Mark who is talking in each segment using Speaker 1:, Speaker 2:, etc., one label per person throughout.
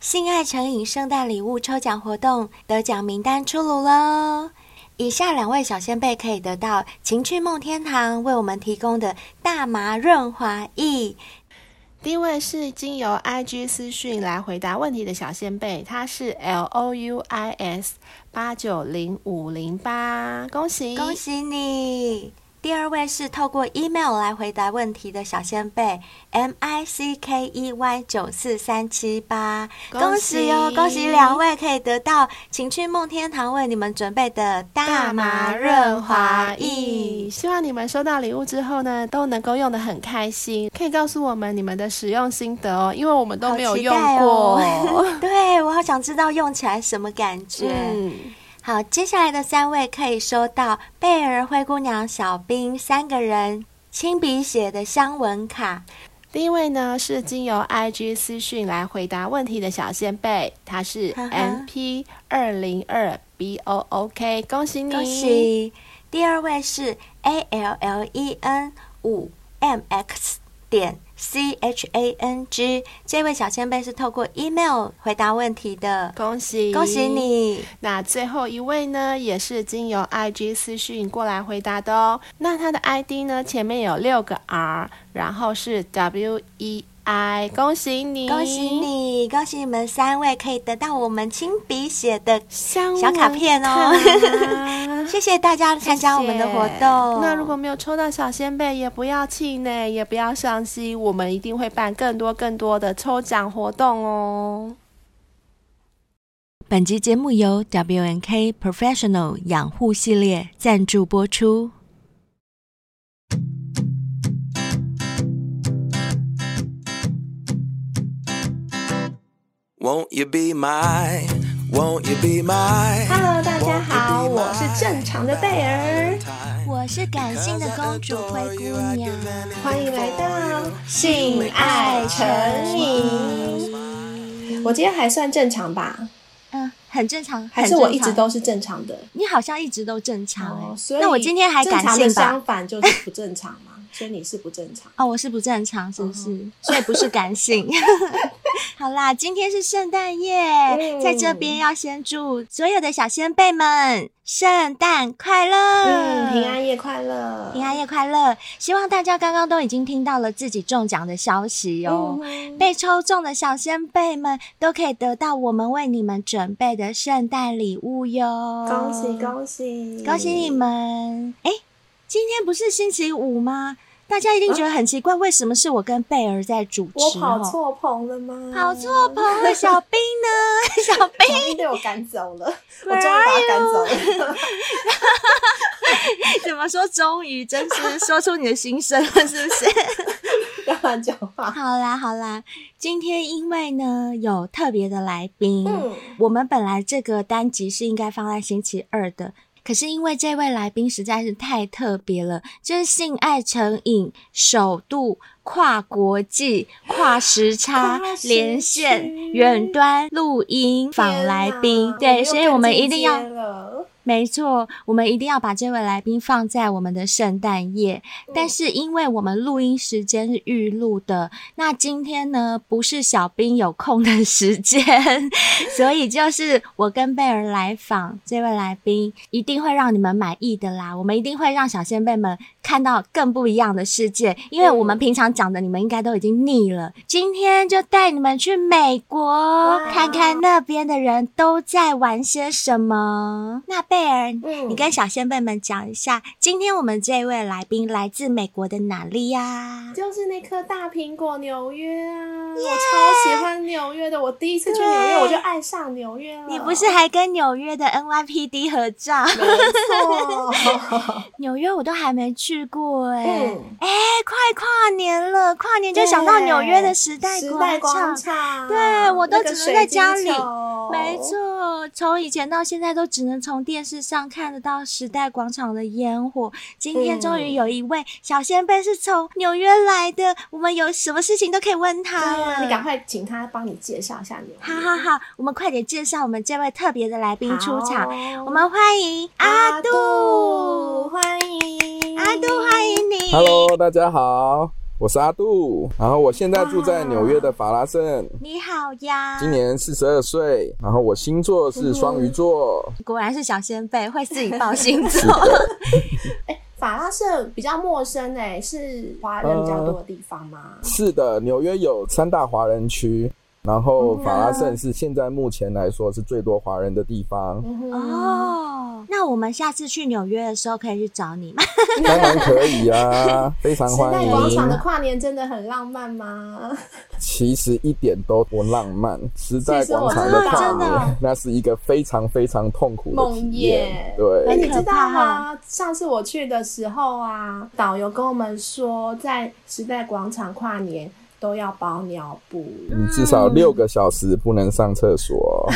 Speaker 1: 性爱成瘾圣诞礼物抽奖活动得奖名单出炉喽！以下两位小先辈可以得到情趣梦天堂为我们提供的大麻润滑液。
Speaker 2: 第一位是经由 IG 私讯来回答问题的小先贝，他是 L O U I S 八九零五零八，恭喜
Speaker 1: 恭！喜你！第二位是透过 email 来回答问题的小先贝，M I C K E Y 九四三七八，恭喜哦！恭喜两位可以得到情趣梦天堂为你们准备的大麻润滑液。
Speaker 2: 希望你们收到礼物之后呢，都能够用的很开心，可以告诉我们你们的使用心得哦，因为我们都没有用过。
Speaker 1: 好期待哦对我好想知道用起来什么感觉。
Speaker 2: 嗯，
Speaker 1: 好，接下来的三位可以收到贝儿、灰姑娘、小冰三个人亲笔写的香吻卡。
Speaker 2: 第一位呢是经由 IG 私讯来回答问题的小先贝，他是
Speaker 1: 哈哈
Speaker 2: MP 二零二 B O O K，恭喜你！
Speaker 1: 恭！喜！第二位是 A L L E N 五 M X 点 C H A N G，这位小前辈是透过 email 回答问题的，
Speaker 2: 恭喜！
Speaker 1: 恭喜！你！
Speaker 2: 那最后一位呢，也是经由 IG 私讯过来回答的哦。那他的 ID 呢，前面有六个 R，然后是 W E I，恭喜你！
Speaker 1: 恭喜！你！恭喜你们三位可以得到我们亲笔写的，
Speaker 2: 香
Speaker 1: 小卡片哦
Speaker 2: 哦
Speaker 1: 谢谢大家参加我们的活动。
Speaker 2: 那如果没有抽到小仙贝，也不要气馁，也不要伤心，我们一定会办更多更多的抽奖活动哦。
Speaker 1: 本集节目由 W N K Professional 养护系列赞助播出。
Speaker 3: Won't you be my? Won't you be my?
Speaker 2: Hello，大家
Speaker 3: Won't
Speaker 2: 好，
Speaker 3: you be
Speaker 2: 我是
Speaker 3: my
Speaker 2: 正常的贝儿，
Speaker 3: time?
Speaker 1: 我是感性的公主灰姑娘，
Speaker 2: 欢迎来到性爱成瘾。我今天还算正常吧，
Speaker 1: 嗯，很正常，
Speaker 2: 还是我一
Speaker 1: 很
Speaker 2: 直
Speaker 1: 正常
Speaker 2: 都是正常的？
Speaker 1: 你好像一直都正常哎、
Speaker 2: 哦，所以
Speaker 1: 那我今天还感
Speaker 2: 正常的
Speaker 1: 性吧？
Speaker 2: 相反就是不正常 嘛，所以你是不正常。
Speaker 1: 哦，我是不正常，是不是？
Speaker 2: 嗯
Speaker 1: 所以不是感 性。好啦，今天是圣诞夜，
Speaker 2: 嗯
Speaker 1: 在这边要先祝所有的小先辈们圣诞快乐，
Speaker 2: 嗯，平安夜快乐，
Speaker 1: 平安夜快乐！希望大家刚刚都已经听到了自己中奖的消息哦。
Speaker 2: 嗯
Speaker 1: 被抽中的小先辈们都可以得到我们为你们准备的圣诞礼物哟！
Speaker 2: 恭喜恭喜
Speaker 1: 恭喜你！们！哎，今天不是星期五吗？大家一定觉得很奇怪，为什么是我跟贝儿在主
Speaker 2: 我
Speaker 1: 持？
Speaker 2: 跑
Speaker 1: 哦？
Speaker 2: 错棚了吗？
Speaker 1: 跑错棚了，小兵呢？ 小兵
Speaker 2: 小兵被我赶走 了，我终
Speaker 1: Where
Speaker 2: 于把他赶走了。
Speaker 1: 怎么说？终于，真是说出你的心声了，是不是？
Speaker 2: 不要乱讲话。
Speaker 1: 好啦好啦，今天因为呢有特别的来宾，
Speaker 2: 嗯，
Speaker 1: 我们本来这个单集是应该放在星期二的，可是因为这位来宾实在是太特别了，就是性爱成瘾，首度跨国际、跨时差
Speaker 2: 跨时区
Speaker 1: 连线、远端录音访来宾，
Speaker 2: 天哪
Speaker 1: 对，所以我们一定要
Speaker 2: 我又更进阶了
Speaker 1: 没错，我们一定要把这位来宾放在我们的圣诞夜。但是因为我们录音时间是预录的，那今天呢不是小兵有空的时间， 所以就是我跟贝儿来访这位来宾，一定会让你们满意的啦。我们一定会让小先辈们看到更不一样的世界，因为我们平常讲的你们应该都已经腻了，今天就带你们去美国
Speaker 2: 哇
Speaker 1: 看看那边的人都在玩些什么。那贝尔，
Speaker 2: 嗯
Speaker 1: 你跟小先辈们讲一下，今天我们这位来宾来自美国的哪里呀、
Speaker 2: 就是那颗大苹果，纽约啊我超喜欢纽约的。我第一次去纽约，
Speaker 1: 对
Speaker 2: 我就爱上纽约了。
Speaker 1: 你不是还跟纽约的 NYPD 合照？
Speaker 2: 没错？
Speaker 1: 纽约我都还没去过哎、
Speaker 2: 嗯
Speaker 1: 哎、快跨年了，跨年就想到纽约的时代
Speaker 2: 时代
Speaker 1: 广
Speaker 2: 广
Speaker 1: 场。
Speaker 2: 场，
Speaker 1: 对我都只能在家里
Speaker 2: 那个水晶球
Speaker 1: 没错，从以前到现在都只能从电视上看得到时代广场的烟火。今天终于
Speaker 2: 嗯
Speaker 1: 有一位小先辈是从纽约来的，我们有什么事情都可以问他
Speaker 2: 对
Speaker 1: 了。
Speaker 2: 啊，你赶快请他帮你介绍一下纽约。
Speaker 1: 好好好，我们快点介绍我们这位特别的来宾出场。
Speaker 2: 好
Speaker 1: 我们欢迎阿杜，
Speaker 2: 欢迎
Speaker 1: 阿杜，欢迎你。
Speaker 4: Hello，大家好，我是阿杜，然后我现在住在纽约的法拉盛，
Speaker 1: 你好呀，
Speaker 4: 今年四十二岁，然后我星座是双鱼座，
Speaker 1: 果然是小先辈，会自己 报星座。哦
Speaker 2: 法拉盛比较陌生哎、是华人比较多的地方吗？
Speaker 4: 是的，纽约有三大华人区，然后法拉盛是现在目前来说是最多华人的地方，
Speaker 2: 嗯
Speaker 1: 哦，那我们下次去纽约的时候可以去找你吗？
Speaker 4: 当然可以啊，非常
Speaker 2: 时
Speaker 4: 欢
Speaker 2: 代广场的
Speaker 4: 迎。
Speaker 2: 跨年真的很浪漫吗？
Speaker 4: 其实一点都不浪漫，时代广场的跨
Speaker 1: 其实我啊真
Speaker 4: 年，那是一个非常非常痛苦的体
Speaker 2: 梦
Speaker 4: 验
Speaker 2: 魇。哎，
Speaker 4: 对
Speaker 1: 很
Speaker 2: 你
Speaker 1: 可
Speaker 2: 知道
Speaker 1: 怕
Speaker 2: 吗？上次我去的时候啊，导游跟我们说，在时代广场跨年都要包尿布，
Speaker 4: 你至少六个小时不能上厕所。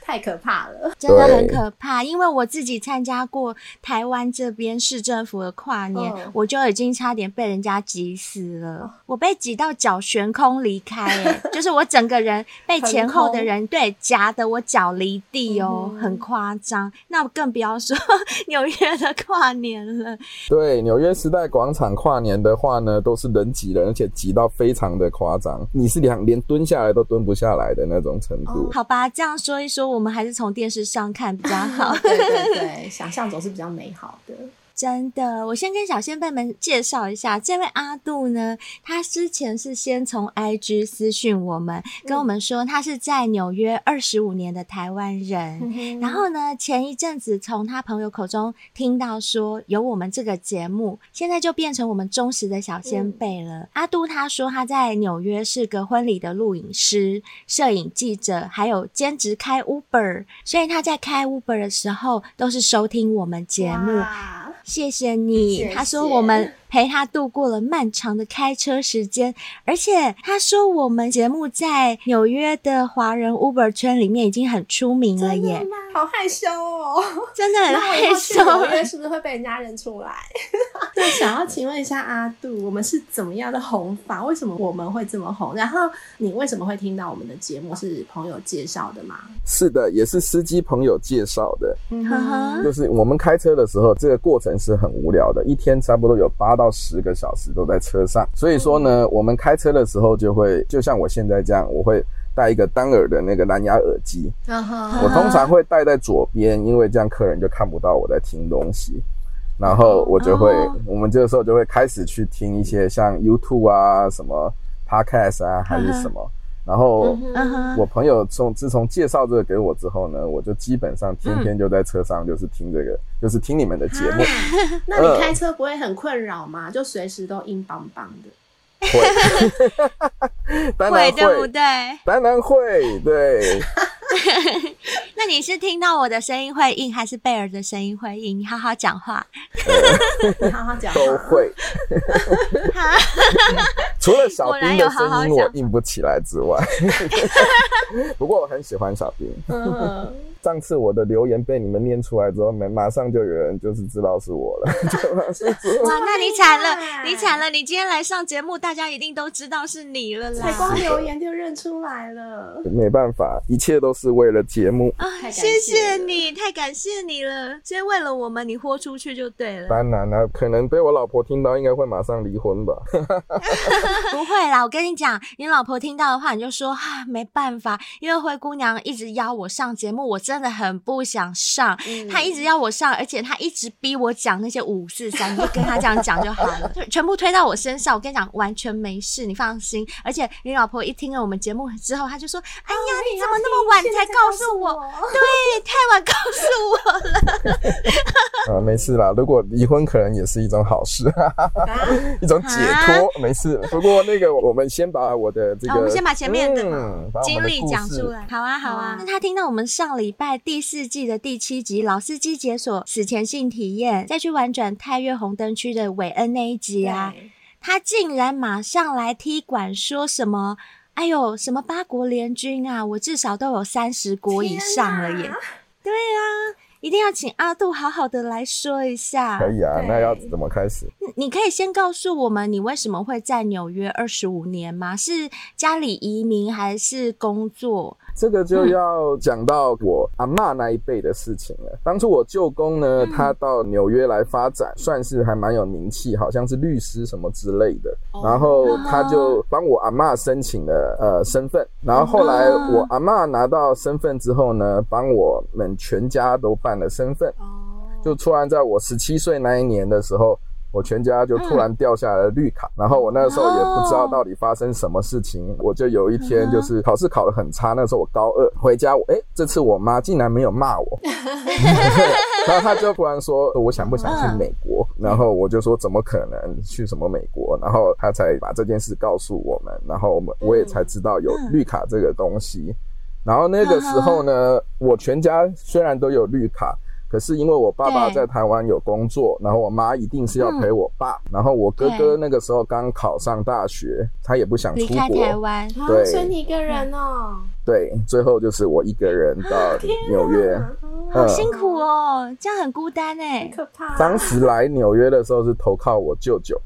Speaker 2: 太可怕了。
Speaker 1: 真的很
Speaker 4: 对
Speaker 1: 可怕，因为我自己参加过台湾这边市政府的跨年，
Speaker 2: 嗯
Speaker 1: 我就已经差点被人家挤死了，我被挤到脚悬空离开、 欸，就是我整个人被前后的人对夹的我脚离地哦，
Speaker 2: 嗯哼
Speaker 1: 很夸张。那我更不要说 纽约的跨年了，
Speaker 4: 对，纽约时代广场跨年的话呢，都是人挤人，而且挤到非常的夸张，你是两连蹲下来都蹲不下来的那种程度。
Speaker 1: 好吧，这样说一说，我们还是从电视上看比较好。
Speaker 2: 对对对，想象总是比较美好的。
Speaker 1: 真的，我先跟小先辈们介绍一下，这位阿杜呢，他之前是先从 IG 私讯我们，跟我们说他是在纽约二十五年的台湾人。
Speaker 2: 嗯
Speaker 1: 然后呢，前一阵子从他朋友口中听到说有我们这个节目，现在就变成我们忠实的小先辈了。阿杜他说他在纽约是个婚礼的录影师、摄影记者，还有兼职开 Uber，所以他在开 Uber 的时候都是收听我们节目。
Speaker 2: 哇
Speaker 1: 谢谢你。
Speaker 2: 谢谢
Speaker 1: 他说我们陪他度过了漫长的开车时间，而且他说我们节目在纽约的华人 Uber 圈里面已经很出名了耶，
Speaker 2: 好害羞哦！
Speaker 1: 真的很
Speaker 2: 那我以
Speaker 1: 害
Speaker 2: 后去纽 约
Speaker 1: 羞。
Speaker 2: 是不是会被人家认出来？欸 对，想要请问一下阿杜，我们是怎么样的红法？为什么我们会这么红？然后你为什么会听到我们的节目？是朋友介绍的吗？
Speaker 4: 是的，也是司机朋友介绍的，
Speaker 2: 嗯
Speaker 1: 呵呵，
Speaker 4: 就是我们开车的时候，这个过程是很无聊的，一天差不多有八到十个小时都在车上。所以说呢，我们开车的时候就会，就像我现在这样，我会戴一个单耳的那个蓝牙耳机，
Speaker 2: 嗯
Speaker 4: 我
Speaker 2: 哼，
Speaker 4: 通常会戴在左边，因为这样客人就看不到我在听东西。然后我就会，
Speaker 1: 哦
Speaker 4: 我们这个时候就会开始去听一些像 YouTube 啊、什么 Podcast 啊，还是什么。然后
Speaker 1: 嗯哼，
Speaker 4: 我朋友从自从介绍这个给我之后呢，我就基本上天天就在车上就是听这个，就是听你们的节 目。
Speaker 2: 啊
Speaker 4: 呃
Speaker 2: 那你开车不会很困扰吗？就随时都硬邦邦的。
Speaker 4: 会， 当然
Speaker 1: 会对不
Speaker 4: 会，
Speaker 1: 对？
Speaker 4: 当然会，对。
Speaker 1: 那你是听到我的声音会硬，还是贝尔的声音会硬？你好好讲话。
Speaker 4: 哦
Speaker 2: 你好好讲话。
Speaker 4: 都 会。除了小
Speaker 1: 果然
Speaker 4: 兵
Speaker 1: 有
Speaker 4: 的
Speaker 1: 好好
Speaker 4: 声音
Speaker 1: 讲
Speaker 4: 我硬不起来之 外， 不过我很喜欢小兵。
Speaker 2: 嗯，
Speaker 4: 上次我的留言被你们念出来之后，马马上就有人就是知道是我了。
Speaker 2: 啊
Speaker 1: 哇，那你惨了，
Speaker 2: 哇
Speaker 1: 你惨了！你今天来上节目，大家一定都知道是你了
Speaker 2: 才光
Speaker 1: 啦。
Speaker 2: 留言就认出来了。
Speaker 4: 没办法，一切都是为了节目，
Speaker 1: 啊，
Speaker 2: 感
Speaker 1: 谢谢
Speaker 2: 谢了
Speaker 1: 你，太感谢你了。所以为了我们，你豁出去就对了。
Speaker 4: 当然了，可能被我老婆听到，应该会马上离婚吧。
Speaker 1: 不会啦，我跟你讲，你老婆听到的话，你就说啊，没办法，因为灰姑娘一直邀我上节目，我真的很不想上。
Speaker 2: 嗯
Speaker 1: 她
Speaker 2: 哎
Speaker 1: 一直要我上，而且她一直逼我讲那些五四三，你就跟她这样讲就好 了，就全部推到我身上。我跟你讲，完全没事，你放心。而且你老婆一听了我们节目之后，她就说：“哎呀，
Speaker 2: 哦
Speaker 1: 你怎么那么晚才告诉我？ 对，太晚告诉我。
Speaker 4: 啊，没事啦，如果离婚可能也是一种好事，
Speaker 2: 啊
Speaker 4: 一种解脱，没事。不过那个，我们先把我的这个，
Speaker 1: 啊好我们先把前面的
Speaker 4: 嗯把我们
Speaker 1: 经
Speaker 4: 的
Speaker 1: 历
Speaker 4: 故
Speaker 1: 讲
Speaker 4: 事
Speaker 1: 出来。好啊，好
Speaker 2: 好
Speaker 1: 啊
Speaker 2: 啊。
Speaker 1: 那他听到我们上礼拜第四季的第七集《老司机解锁死前性体验》，再去玩转太月红灯区的韦恩那一
Speaker 2: 哎
Speaker 1: 集啊，
Speaker 2: 对
Speaker 1: 他竟然马上来踢馆，说什么？哎呦，什么八国联军啊！我至少都有三十国以上了耶
Speaker 2: 天！哪
Speaker 1: 对啊，一定要请阿杜好好的来说一下。
Speaker 4: 可以啊，
Speaker 2: 对
Speaker 4: 那要怎么开始？
Speaker 1: 你可以先告诉我们，你为什么会在纽约二十五年吗？是家里移民还是工作？
Speaker 4: 这个就要讲到我阿嬷那一辈的事情了。当初我舅公呢，他到纽约来发展，算是还蛮有名气，好像是律师什么之类的。然后他就帮我阿嬷申请了呃身份，然后后来我阿嬷拿到身份之后呢，帮我们全家都办了身份。
Speaker 2: 哦
Speaker 4: 就突然在我十七岁那一年的时候，我全家就突然掉下来了绿卡，然后我那时候也不知道到底发生什么事情，我就有一天就是考试考得很差，那时候我高二回家我，哎、这次我妈竟然没有骂我，然后她就突然说我想不想去美国，然后我就说怎么可能去什么美国，然后她才把这件事告诉我们，然后我们我也才知道有绿卡这个东西，然后那个时候呢，我全家虽然都有绿卡，可是因为我爸爸
Speaker 1: 对嗯
Speaker 4: 在台湾有工作，然后我妈一定是要陪我爸，然后我哥哥
Speaker 1: 对
Speaker 4: 那个时候刚考上大学，他也不想
Speaker 1: 离
Speaker 4: 出
Speaker 1: 开台
Speaker 4: 国，
Speaker 1: 湾，
Speaker 2: 啊
Speaker 4: 对
Speaker 2: 所以你一个人哦，
Speaker 4: 对，最后就是我一个人到纽约。嗯
Speaker 1: 好
Speaker 4: 呃
Speaker 1: 辛苦哦，这样很孤单哎
Speaker 2: 很。嗯可怕。
Speaker 4: 当时来纽约的时候是投靠我舅舅，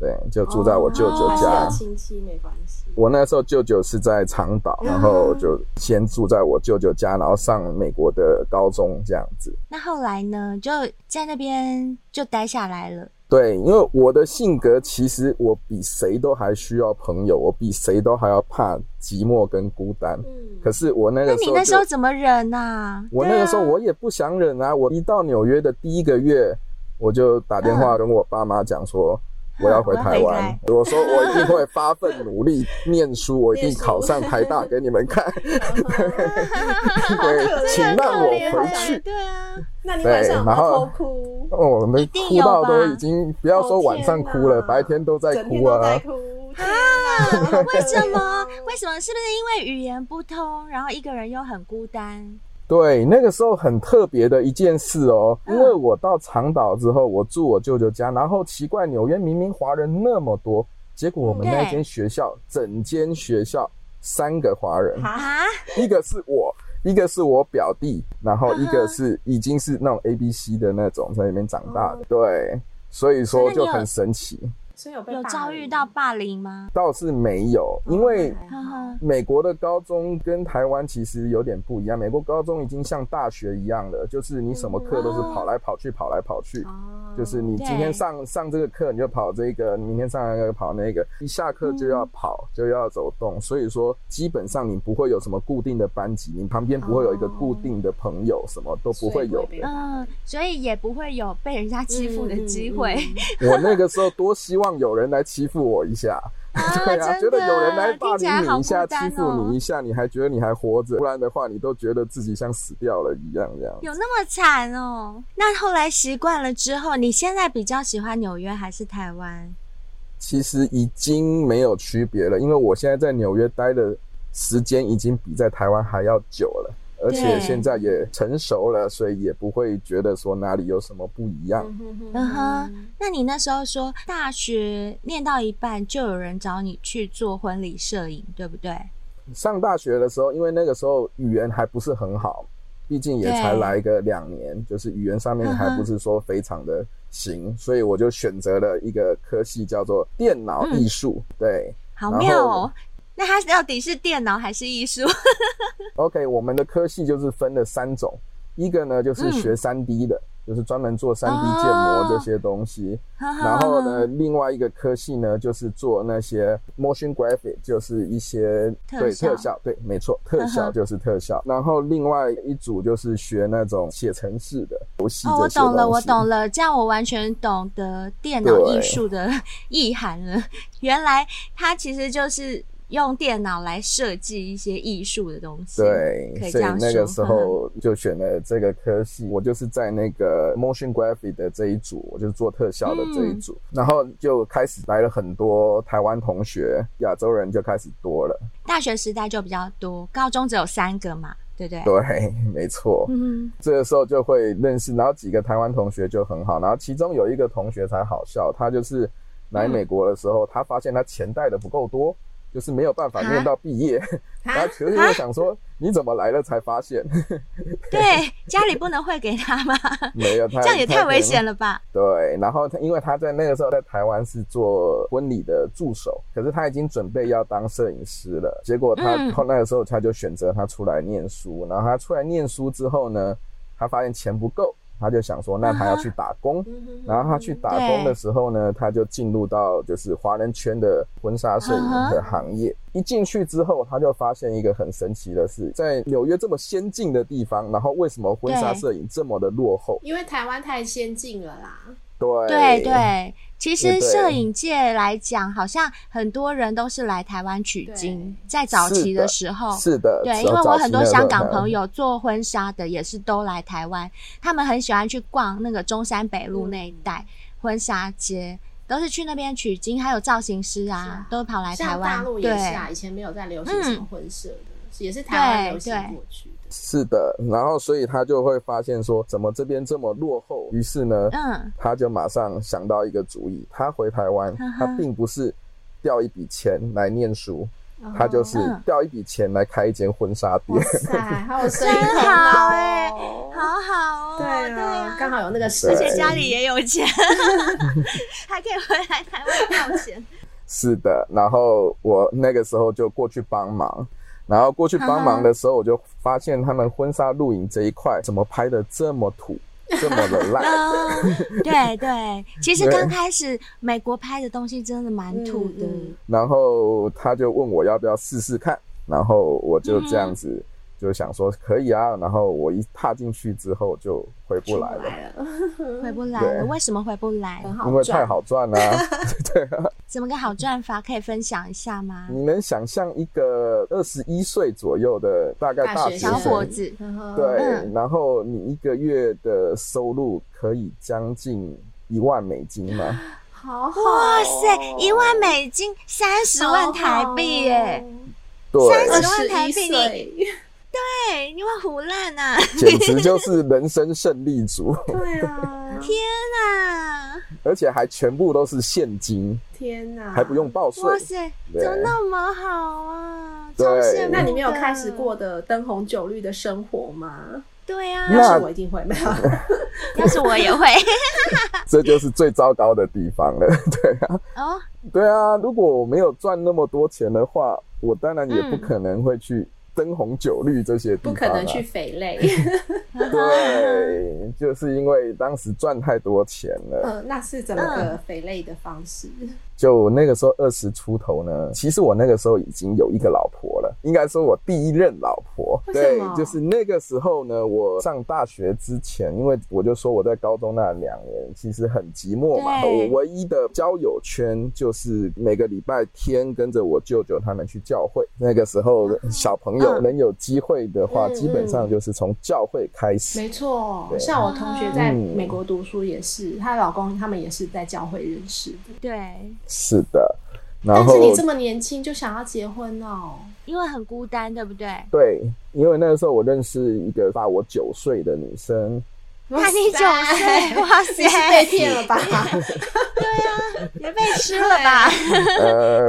Speaker 4: 对，就住在我舅舅
Speaker 1: 哦
Speaker 2: 还是
Speaker 4: 家。
Speaker 2: 有亲戚没关系。
Speaker 4: 我那时候舅舅是在长岛，然后
Speaker 1: 嗯
Speaker 4: 就先住在我舅舅家，然后上美国的高中这样子。
Speaker 1: 那后来呢，就在那边就待下来了。
Speaker 4: 对，因为我的性格其实我比谁都还需要朋友，我比谁都还要怕寂寞跟孤单。
Speaker 2: 嗯，
Speaker 4: 可是我那
Speaker 1: 那
Speaker 4: 个时
Speaker 1: 你
Speaker 4: 候就，
Speaker 1: 那时候怎么忍啊呐、
Speaker 4: 我那个时候我也不想忍啊！我一到纽约的第一个月，我就打电话跟我爸妈讲说。我要回台
Speaker 1: 我要回
Speaker 4: 湾
Speaker 1: 来，
Speaker 4: 我说我一定会发奋努力念书，我一定考上台大给你们看。
Speaker 1: 啊
Speaker 4: 对，请让我回去。
Speaker 1: 对啊，
Speaker 2: 那你晚上有没
Speaker 4: 对然
Speaker 2: 有
Speaker 4: 后
Speaker 2: 偷哭，
Speaker 4: 哦，我们
Speaker 1: 一定
Speaker 4: 哭
Speaker 1: 有
Speaker 4: 到
Speaker 1: 吧
Speaker 4: 都已经不要说晚上哭了，
Speaker 2: 哦天哪
Speaker 4: 白天都在
Speaker 2: 整天
Speaker 4: 哭
Speaker 2: 都在
Speaker 4: 啊。
Speaker 2: 哭。
Speaker 1: 啊为什么？为什么？是不是因为语言不通，然后一个人又很孤单？
Speaker 4: 对，那个时候很特别的一件事哦，因为我到长岛之后，我住我舅舅家，然后奇怪，纽约明明华人那么多，结果我们
Speaker 1: 嗯
Speaker 4: 那
Speaker 1: 对
Speaker 4: 间学校，整间学校三个华人，
Speaker 1: 啊？
Speaker 4: 一个是我，一个是我表弟，然后一个是已经是那种 A B C 的那种在那边长大的，对，所以说
Speaker 1: 那你有
Speaker 4: 就很神奇，
Speaker 2: 所以有被
Speaker 1: 有
Speaker 2: 霸
Speaker 1: 遭遇
Speaker 2: 凌
Speaker 1: 到嗯霸凌吗？
Speaker 4: 倒是没有，因为
Speaker 2: 哦还
Speaker 1: 呵
Speaker 2: 好
Speaker 1: 呵，
Speaker 4: 美国的高中跟台湾其实有点不一样，美国高中已经像大学一样了，就是你什么课都是跑来跑去，跑来跑去。
Speaker 2: 哦
Speaker 4: 就是你今
Speaker 1: 对
Speaker 4: 天上上这个课你就跑这个，明天上那个跑那个，一下课就要跑、就要走动，所以说基本上你不会有什么固定的班级，你旁边不会有一个固定的朋友，什么都不会有
Speaker 2: 所以不会被
Speaker 4: 的。
Speaker 1: 嗯，所以也不会有被人家欺负的机会、
Speaker 2: 嗯嗯嗯
Speaker 4: 我那个时候多希望有人来欺负我一下，
Speaker 1: 啊！
Speaker 4: 对啊，觉
Speaker 1: 真
Speaker 4: 得
Speaker 1: 的，
Speaker 4: 有人来霸
Speaker 1: 听起来
Speaker 4: 凌
Speaker 1: 好
Speaker 4: 你一下、
Speaker 1: 孤单
Speaker 4: 欺负
Speaker 1: 哦
Speaker 4: 你一，下，你还觉得你还活着，不然的话你都觉得自己像死掉了一样这样。
Speaker 1: 有那么惨哦。那后来习惯了之后，你现在比较喜欢纽约还是台湾？
Speaker 4: 其实已经没有区别了，因为我现在在纽约待的时间已经比在台湾还要久了，而且
Speaker 1: 对
Speaker 4: 现在也成熟了，所以也不会觉得说哪里有什么不一样。
Speaker 2: 嗯哼哼
Speaker 1: 嗯哼，那你那时候说大学念到一半就有人找你去做婚礼摄影，对不对？
Speaker 4: 上大学的时候，因为那个时候语言还不是很好，毕竟也才来个两年，就是语言上面还不是说非常的行，所以我就选择了一个科系叫做电脑艺术。对
Speaker 1: 好
Speaker 4: 然后
Speaker 1: 妙哦。那它到底是电脑还是艺术？
Speaker 4: ，OK，我们的科系就是分了三种，一个呢就是
Speaker 1: 嗯
Speaker 4: 学三 D 的，就是专门做三 D 建模这些东西。然
Speaker 1: 然
Speaker 4: 后呢，，
Speaker 1: 嗯
Speaker 4: 另外一个科系呢，就是做那些 motion graphic，就是一些
Speaker 1: 特
Speaker 4: 对
Speaker 1: 效
Speaker 4: 特效，对，没错，特
Speaker 1: 嗯
Speaker 4: 效
Speaker 1: 哼
Speaker 4: 就是特效。然后另外一组就是学那种写程式的游戏
Speaker 1: 哦，我
Speaker 4: 这些东
Speaker 1: 懂
Speaker 4: 西。
Speaker 1: 了，我懂了，这样我完全懂得电脑
Speaker 4: 对
Speaker 1: 艺术的意涵了。 原来它其实就是用电脑来设计一些艺术的东西。可
Speaker 4: 对，
Speaker 1: 以
Speaker 4: 所
Speaker 1: 这
Speaker 4: 以
Speaker 1: 样
Speaker 4: 那
Speaker 1: 说嗯
Speaker 4: 个时候就选了这个科系，我就是在那个 motion graphic 的这一组，我就是做特效的这一
Speaker 1: 嗯
Speaker 4: 组，然后就开始来了很多台湾同学，亚洲人就开始多了。
Speaker 1: 大学时代就比较多，高中只有三个嘛，对不对？
Speaker 4: 对，没错。
Speaker 1: 嗯
Speaker 4: 这个时候就会认识，然后几个台湾同学就很好，然后其中有一个同学才好笑，他就是来美国的时候，他发现他钱带的不够多，就是没有办法念到毕业。
Speaker 1: 啊
Speaker 4: 然后可是又想说，你怎么来了才发现？
Speaker 1: 对，家里不能汇给他吗？
Speaker 4: 没有，他
Speaker 1: 这样也太危险了吧？
Speaker 4: 对，然后他因为他在那个时候在台湾是做婚礼的助手，可是他已经准备要当摄影师了。结果他、
Speaker 1: 嗯
Speaker 4: 后那个时候他就选择他出来念书，然后他出来念书之后呢，他发现钱不够，他就想说那他要去打
Speaker 1: 啊
Speaker 4: 工。
Speaker 2: 嗯
Speaker 4: 然后他去打工的时候呢，他就进入到就是华人圈的婚纱摄影
Speaker 1: 啊
Speaker 4: 的行业。一进去之后，他就发现一个很神奇的事，在纽约这么先进的地方，然后为什么婚纱
Speaker 1: 对
Speaker 4: 摄影这么的落后？
Speaker 2: 因为台湾太先进了啦。
Speaker 4: 对
Speaker 1: 对对，其实
Speaker 4: 对对
Speaker 1: 摄影界来讲，好像很多人都是来台湾取经，在早期的时候。
Speaker 4: 是的，
Speaker 1: 哦对，
Speaker 4: 早
Speaker 1: 因为我很多香港朋，
Speaker 4: 早期
Speaker 1: 友做婚纱的也是都来台湾，他们很喜欢去逛那个中山北路那一带、
Speaker 2: 嗯
Speaker 1: 婚纱街，都是去那边取经，还有造型师啊，
Speaker 2: 是啊
Speaker 1: 都跑来台
Speaker 2: 像大
Speaker 1: 湾。
Speaker 2: 陆也
Speaker 1: 对嗯
Speaker 2: 是啊，以前没有在流行什么婚摄的，也是台湾流行过去的
Speaker 4: 那。是的，然后所以他就会发现说，怎么这边这么落后？于是呢，
Speaker 1: 嗯，
Speaker 4: 他就马上想到一个主意，他回台湾
Speaker 1: 哈，哈
Speaker 4: 他并不是掉一笔钱来念书，
Speaker 2: 哦
Speaker 4: 他就是
Speaker 1: 嗯
Speaker 4: 掉一笔钱来开一间婚纱 店
Speaker 2: 哇。塞，好 有生意
Speaker 1: 真
Speaker 2: 头
Speaker 1: 好
Speaker 2: 脑
Speaker 1: 欸
Speaker 2: 哦！
Speaker 1: 好好哦，
Speaker 2: 对啊，刚好有那个时
Speaker 1: 而
Speaker 2: 间
Speaker 1: 且家里也有钱，还可以回来台湾要钱。
Speaker 4: 是的，然后我那个时候就过去帮忙，然后过去
Speaker 1: 嗯
Speaker 4: 帮忙的时候，我就发现他们婚纱录影这一块怎么拍的这么土，这么的 烂。
Speaker 1: 嗯，对对，其实
Speaker 4: 对
Speaker 1: 刚开始美国拍的东西真的蛮土的，
Speaker 2: 嗯嗯
Speaker 4: 然后他就问我要不要试试看，然后我就这样子就想说可以啊，然后我一踏进去之后就回不
Speaker 2: 出
Speaker 4: 来了，
Speaker 2: 来了，
Speaker 1: 回不来了。
Speaker 4: 对
Speaker 1: 为什么回不来？
Speaker 2: 很
Speaker 4: 因
Speaker 2: 好
Speaker 4: 为太
Speaker 2: 赚。
Speaker 4: 好赚啊啦、
Speaker 1: 怎么个好赚法？可以分享一下吗？
Speaker 4: 你能想象一个二十一岁左右的大概
Speaker 2: 大
Speaker 4: 大
Speaker 2: 学
Speaker 4: 学
Speaker 1: 小
Speaker 4: 生
Speaker 2: 生
Speaker 1: 伙子，
Speaker 4: 对，
Speaker 1: 嗯
Speaker 4: 然后你一个月的收入可以将近一万美金吗？
Speaker 2: 好好
Speaker 1: 哇塞，一万美金，三十万台币
Speaker 2: 哦
Speaker 1: 耶！，
Speaker 4: 对，
Speaker 1: 三
Speaker 2: 二
Speaker 1: 十
Speaker 2: 十
Speaker 1: 万台
Speaker 2: 一
Speaker 1: 币
Speaker 2: 岁，
Speaker 1: 对，你会胡乱啊呐！
Speaker 4: 简直就是人生胜利组，
Speaker 2: 对啊，
Speaker 1: 啊，
Speaker 4: 而且还全部都是现金，
Speaker 2: 天哪，
Speaker 4: 还不用。报税
Speaker 1: 哇。塞，
Speaker 4: 对
Speaker 1: 怎么那么好啊？
Speaker 4: 对
Speaker 1: 超羡慕的
Speaker 2: 那你们有开始？过的灯红酒绿的生活吗？
Speaker 1: 对啊，
Speaker 4: 那嗯
Speaker 2: 要是我一定会 没有。
Speaker 1: 要是我也会
Speaker 4: 这就是最糟糕的地方了。 对啊，
Speaker 1: 哦。
Speaker 4: 对啊，如果我没有赚那么多钱的话，我当然也不
Speaker 1: 嗯
Speaker 4: 可能会去灯红酒绿这些地方、
Speaker 2: 不
Speaker 4: 啊，
Speaker 2: 可能去肥类。
Speaker 4: 对，哎就是因为当时赚太多钱了。
Speaker 2: 呃，那是怎么个肥类的方式？
Speaker 4: 就那个时候二十出头呢，其实我那个时候已经有一个老婆了，应该说我第一任老婆。
Speaker 2: 为什
Speaker 4: 对
Speaker 2: 么，
Speaker 4: 就是那个时候呢，我上大学之前，因为我就说我在高中那两年其实很寂寞嘛，
Speaker 1: 对
Speaker 4: 我唯一的交友圈就是每个礼拜天跟着我舅舅他们去教会。那个时候小朋友
Speaker 1: 嗯
Speaker 4: 能有机会的话，
Speaker 2: 嗯
Speaker 4: 基本上就是从教会开始。
Speaker 2: 没错，
Speaker 4: 对
Speaker 2: 像我同学在
Speaker 4: 嗯
Speaker 2: 美国读书也是，她老公他们也是在教会认识的。
Speaker 1: 对，
Speaker 4: 是的，然
Speaker 2: 但是
Speaker 4: 后
Speaker 2: 你这么年轻就想要结婚 哦，
Speaker 1: 因为很孤单，对不对？
Speaker 4: 对，因为那个时候我认识一个大我九岁的女生，
Speaker 1: 看你九 岁，哇
Speaker 2: 你是被
Speaker 1: 塞，
Speaker 2: 骗了 吧？
Speaker 1: 啊也被吃了吧？
Speaker 4: 呃，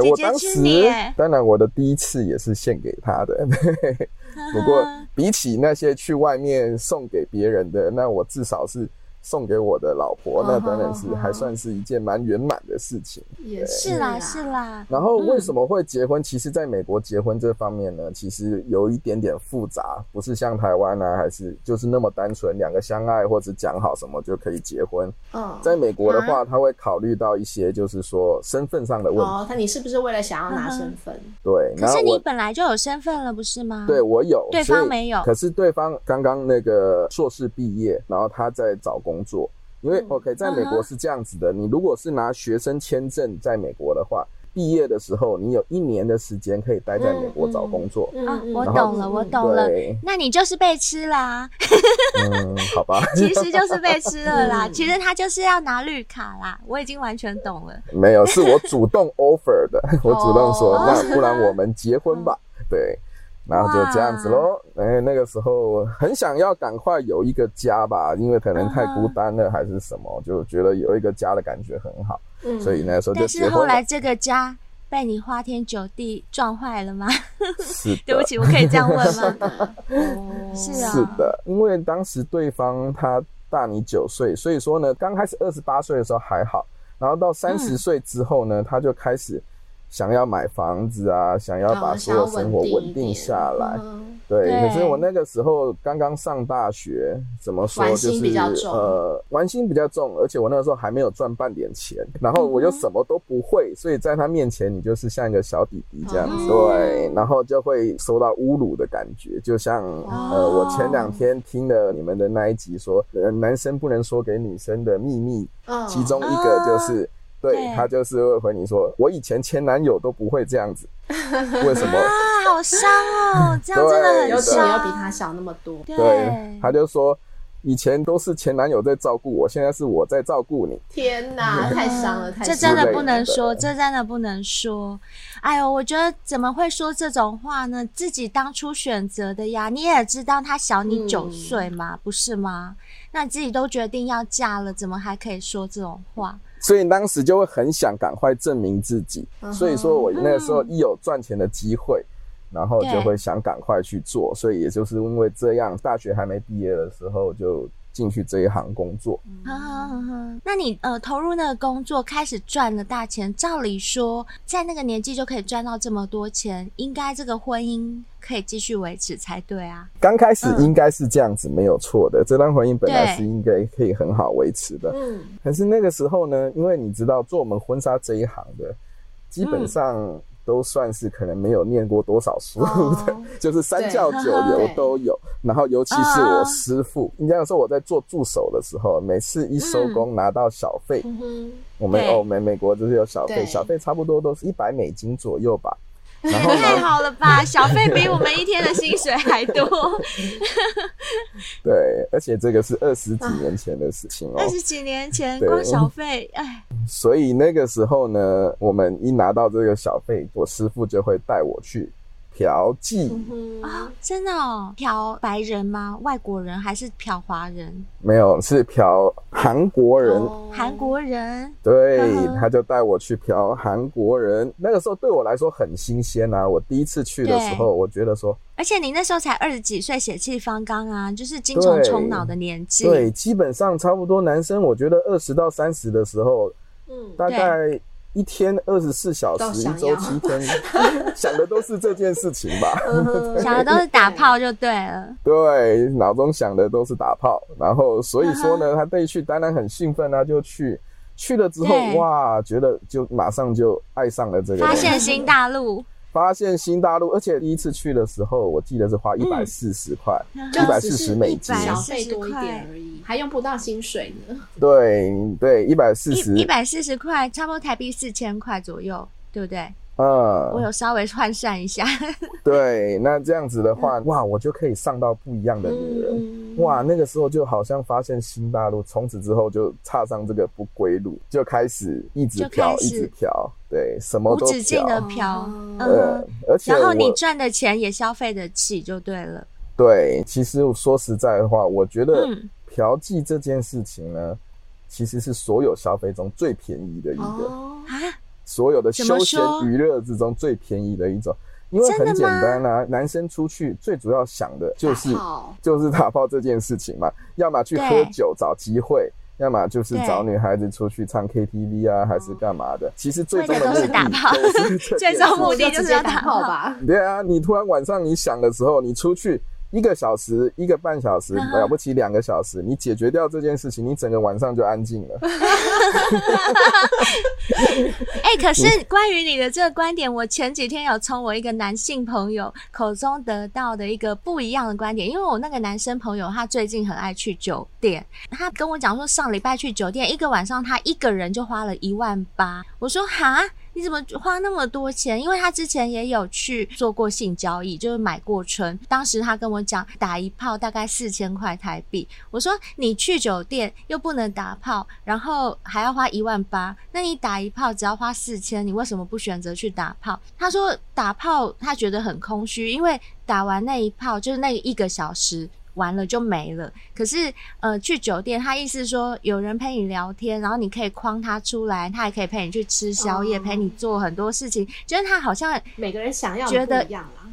Speaker 1: 姐
Speaker 4: 我
Speaker 1: 姐
Speaker 4: 当
Speaker 1: 之
Speaker 4: 时
Speaker 1: 你耶
Speaker 4: 当然我的第一次也是献给她的， 不过
Speaker 1: 嗯
Speaker 4: 比起那些去外面送给别人的，那我至少是。送给我的老婆，
Speaker 1: 嗯
Speaker 4: 那当然是还算是一件蛮圆满的事情。
Speaker 2: 也
Speaker 1: 是啦
Speaker 2: 啦，
Speaker 1: 是。啦，
Speaker 4: 然后为什么会结婚？其实，在美国结婚这方面呢，其实有一点点复杂，不是像台湾啊，还是就是那么单纯，两个相爱或者讲好什么就可以结婚。
Speaker 2: 嗯，
Speaker 4: 在美国的
Speaker 1: 啊
Speaker 4: 话，他会考虑到一些就是说身份上的问题，
Speaker 2: 哦，他你是不是为了想要拿身份？
Speaker 4: 对。
Speaker 1: 可
Speaker 4: 然后
Speaker 1: 是你
Speaker 4: 我
Speaker 1: 本来就有身份了，不是吗？
Speaker 4: 对我有，
Speaker 1: 对
Speaker 4: 所以
Speaker 1: 方没有
Speaker 4: 可是对方刚刚那个硕士毕业，然后他在找工作，因为
Speaker 2: 嗯
Speaker 4: OK，在美
Speaker 1: 嗯
Speaker 4: 国
Speaker 1: 哼
Speaker 4: 是这样子的，你如果是拿学生签证在美国的话，毕业的时候你有一年的时间可以待在美国
Speaker 2: 嗯
Speaker 4: 找工作。
Speaker 2: 嗯
Speaker 1: 啊，我
Speaker 4: 然后
Speaker 1: 懂了，我。
Speaker 2: 嗯
Speaker 1: 懂了。
Speaker 4: 对，
Speaker 1: 那你就是被吃 啦，
Speaker 4: 嗯，好吧，
Speaker 1: 其实就是被吃了啦。
Speaker 2: 嗯
Speaker 1: 其实他就是要拿绿卡啦，我已经完全懂了。
Speaker 4: 没有，是我主动 offer 的， 我主动说，
Speaker 2: 哦嗯
Speaker 4: 那不然我们结婚吧，对，然后就这样子喽。哎，那个时候很想要赶快有一个家吧，因为可能太孤单了还是什么，就觉得有一个家的感觉很好，
Speaker 2: 嗯
Speaker 4: 所以那时候就
Speaker 1: 但
Speaker 4: 结
Speaker 1: 是
Speaker 4: 婚
Speaker 1: 后
Speaker 4: 了
Speaker 1: 来。这个家被你花天酒地撞坏了吗？
Speaker 4: 是的，
Speaker 1: 对不起，我可以这样问 吗？
Speaker 2: 哦
Speaker 1: 是啊
Speaker 4: 是的，因为当时对方他大你九岁，所以说呢，刚开始二十八岁的时候还好，然后到三十岁之后呢，他就开始想要买房子啊，想要把
Speaker 2: 哦
Speaker 4: 所
Speaker 2: 想
Speaker 4: 有
Speaker 2: 要
Speaker 4: 生活
Speaker 2: 稳
Speaker 4: 稳
Speaker 2: 定
Speaker 4: 定
Speaker 2: 一点
Speaker 4: 下来。
Speaker 2: 嗯
Speaker 4: 对，
Speaker 1: 对
Speaker 4: 可是我那个时候刚刚上大学，怎么说
Speaker 2: 玩
Speaker 4: 就是
Speaker 2: 心比较重
Speaker 4: 呃，玩心比较重，而且我那个时候还没有赚半点钱，然后
Speaker 2: 嗯
Speaker 4: 我又什么都不会，所以在他面前你就是像一个小弟弟这样子，
Speaker 2: 哦
Speaker 4: 对，然后就会受到侮辱的感觉，就像呃，我前
Speaker 2: 哦
Speaker 4: 两天听了你们的那一集说，呃，男生不能说给女生的秘密，
Speaker 2: 嗯
Speaker 4: 其中一个就是。
Speaker 2: 哦
Speaker 4: 对
Speaker 1: 对
Speaker 4: 他就是会回你说，我以前前男友都不会这 样子，为什么？
Speaker 1: 啊，好伤哦，这样真的
Speaker 4: 啊
Speaker 2: 尤
Speaker 1: 很
Speaker 2: 其你又比
Speaker 1: 伤。
Speaker 2: 他小那么多，
Speaker 1: 嗯
Speaker 4: 对
Speaker 1: 对，，
Speaker 4: 他就说以前都是前男友在照顾我，现在是我在照顾你。
Speaker 2: 天哪，太伤了，太
Speaker 1: 嗯这
Speaker 2: 伤
Speaker 1: 真
Speaker 2: 了
Speaker 1: 的不能说，这真的不能说。哎呦，我觉得怎么会说这种话呢？自己当初选择的呀，你也知道他小你
Speaker 2: 嗯
Speaker 1: 九岁嘛，不是吗？那你自己都决定要嫁了，怎么还可以说这种话？
Speaker 4: 所以当时就会很想赶快证明自己
Speaker 2: 嗯哼
Speaker 4: 所以说我那时候一有赚钱的机会，然后就会想赶快去做。所以也就是因为这样，大学还没毕业的时候就进去这一行工作。
Speaker 1: 呵呵呵呵啊那你呃投入那个工作，开始赚了大钱，照理说在那个年纪就可以赚到这么多钱，应该这个婚姻可以继续维持才对啊。
Speaker 4: 刚开始
Speaker 1: 嗯
Speaker 4: 应该是这样子，没有错的。这段婚姻本
Speaker 1: 对
Speaker 4: 来是应该可以很好维持的。
Speaker 2: 嗯，
Speaker 4: 可是那个时候呢，因为你知道做我们婚纱这一行的，基本上都算是可能没有念过多少书的，
Speaker 2: 哦
Speaker 4: 就是三教九流都有。 然后尤其是我师傅，应该说我在做助手的时候，每次一收工拿到小费，
Speaker 2: 嗯哼，
Speaker 4: 我们
Speaker 1: 对
Speaker 4: 哦美美国就是有小费，
Speaker 2: 对
Speaker 4: 小费差不多都是一百美金左右吧。然后
Speaker 1: 也太
Speaker 4: 呢，
Speaker 1: 好了 吧，小费比我们一天的薪水还
Speaker 4: 哦
Speaker 1: 多。
Speaker 4: 对，而且这个是二十几年前的事情哦
Speaker 1: 二。十几年前
Speaker 4: 对嗯
Speaker 1: 光小费，哎，
Speaker 4: 所以那个时候呢，我们一拿到这个小费，我师傅就会带我去嫖妓。
Speaker 2: 嗯
Speaker 1: 啊、
Speaker 2: 哼，
Speaker 1: 真的哦，嫖白人吗？外国人还是嫖华人？
Speaker 4: 没有，是嫖韩国人。
Speaker 2: 哦
Speaker 1: 韩，国人？
Speaker 4: 对
Speaker 1: 呵呵，
Speaker 4: 他就带我去嫖韩国人。那个时候对我来说很新鲜啊！我第一次去的时候，我觉得说，
Speaker 1: 而且你那时候才二十几岁，血气方刚啊，就是精虫充脑的年纪。
Speaker 4: 对，基本上差不多男生，我觉得二十到三十的时候，
Speaker 2: 嗯，
Speaker 4: 大概一天二十四小
Speaker 2: 都
Speaker 4: 时，一
Speaker 2: 想
Speaker 4: 周
Speaker 2: 要
Speaker 4: 七天， 想的都是这件事情吧。
Speaker 2: 嗯哼
Speaker 1: 想的都是打，炮就对了。
Speaker 4: 对，脑中想的都是打炮，然后所以说
Speaker 2: 嗯
Speaker 4: 呢，他带去当然很兴奋啊，就去去了之后，
Speaker 1: 对
Speaker 4: 哇，觉得就马上就爱上了这个
Speaker 1: 发
Speaker 4: 人，
Speaker 1: 现新大陆，
Speaker 4: 发现新大陆，而且第一次去的时候，我记得是
Speaker 1: 嗯
Speaker 4: 花一百四十块，
Speaker 2: 就
Speaker 4: 一百
Speaker 2: 只
Speaker 4: 四
Speaker 2: 是
Speaker 4: 十美金
Speaker 1: 140，
Speaker 2: 小费多一点而已，还用不到薪水呢，
Speaker 4: 对对，一百四十
Speaker 1: 一一，百四十块，差不多台币四千块左右，对不对？我
Speaker 4: 嗯，
Speaker 1: 有稍微换算一下，
Speaker 4: 对，那这样子的
Speaker 1: 嗯
Speaker 4: 话，哇，我就可以上到不一样的女人。
Speaker 2: 嗯，
Speaker 4: 哇，那个时候就好像发现新大陆，从此之后就踏上这个不归路，就开始一直
Speaker 1: 就
Speaker 4: 嫖
Speaker 1: 开，始
Speaker 4: 一直嫖，对，什么
Speaker 1: 无
Speaker 4: 都
Speaker 1: 止境的
Speaker 4: 嫖。
Speaker 1: 嫖
Speaker 2: 哦，
Speaker 1: 嗯
Speaker 4: 呃
Speaker 1: 哼，，
Speaker 4: 而且
Speaker 1: 然后你
Speaker 4: 我
Speaker 1: 赚的钱也消费得起就对了。
Speaker 4: 对，其实说实在的话，我觉得
Speaker 1: 嗯
Speaker 4: 嫖妓这件事情呢，其实是所有消费中最便宜的一个，
Speaker 2: 哦，
Speaker 1: 啊，
Speaker 4: 所有的
Speaker 1: 怎么
Speaker 4: 休闲
Speaker 1: 说
Speaker 4: 娱乐之中最便宜的一种。因为
Speaker 1: 真的
Speaker 4: 很简
Speaker 1: 吗
Speaker 4: 单啊，男生出去最主要想的就是
Speaker 2: 打炮
Speaker 4: 就是打炮这件事情嘛，要么去
Speaker 1: 对
Speaker 4: 喝酒找机会，要么就是
Speaker 1: 对
Speaker 4: 找女孩子出去唱 KTV 啊，还是干嘛的。其实最终的
Speaker 1: 为了
Speaker 4: 目
Speaker 1: 都是
Speaker 4: 的
Speaker 1: 打炮
Speaker 4: 都是 这件
Speaker 1: 最
Speaker 4: 事
Speaker 1: 终目的
Speaker 2: 就
Speaker 1: 就是是
Speaker 2: 要
Speaker 1: 要
Speaker 2: 打
Speaker 1: 打炮
Speaker 2: 炮吧，
Speaker 4: 对啊，你突然晚上你想的时候，你出去一个小时、一个半小时，
Speaker 1: 嗯哼
Speaker 4: 了不起两个小时，你解决掉这件事情，你整个晚上就安静了。
Speaker 1: 哎、可是关于你的这个观点，我前几天有从我一个男性朋友口中得到的一个不一样的观点，因为我那个男生朋友他最近很爱去酒店，他跟我讲说上礼拜去酒店一个晚上他一个人就花了一万八，我说哈。你怎么花那么多钱？因为他之前也有去做过性交易，就是买过春。当时他跟我讲，打一炮大概四千块台币，我说你去酒店又不能打炮，然后还要花一万八，那你打一炮只要花四千，你为什么不选择去打炮？他说打炮他觉得很空虚，因为打完那一炮就是那一个小时。完了就没了。可是呃，去酒店，他意思说有人陪你聊天，然后你可以框他出来，他还可以陪你去吃宵夜，
Speaker 2: 哦
Speaker 1: 陪你做很多事情，就是他好像
Speaker 2: 每个人想要的
Speaker 1: 觉得
Speaker 2: 不一样啦。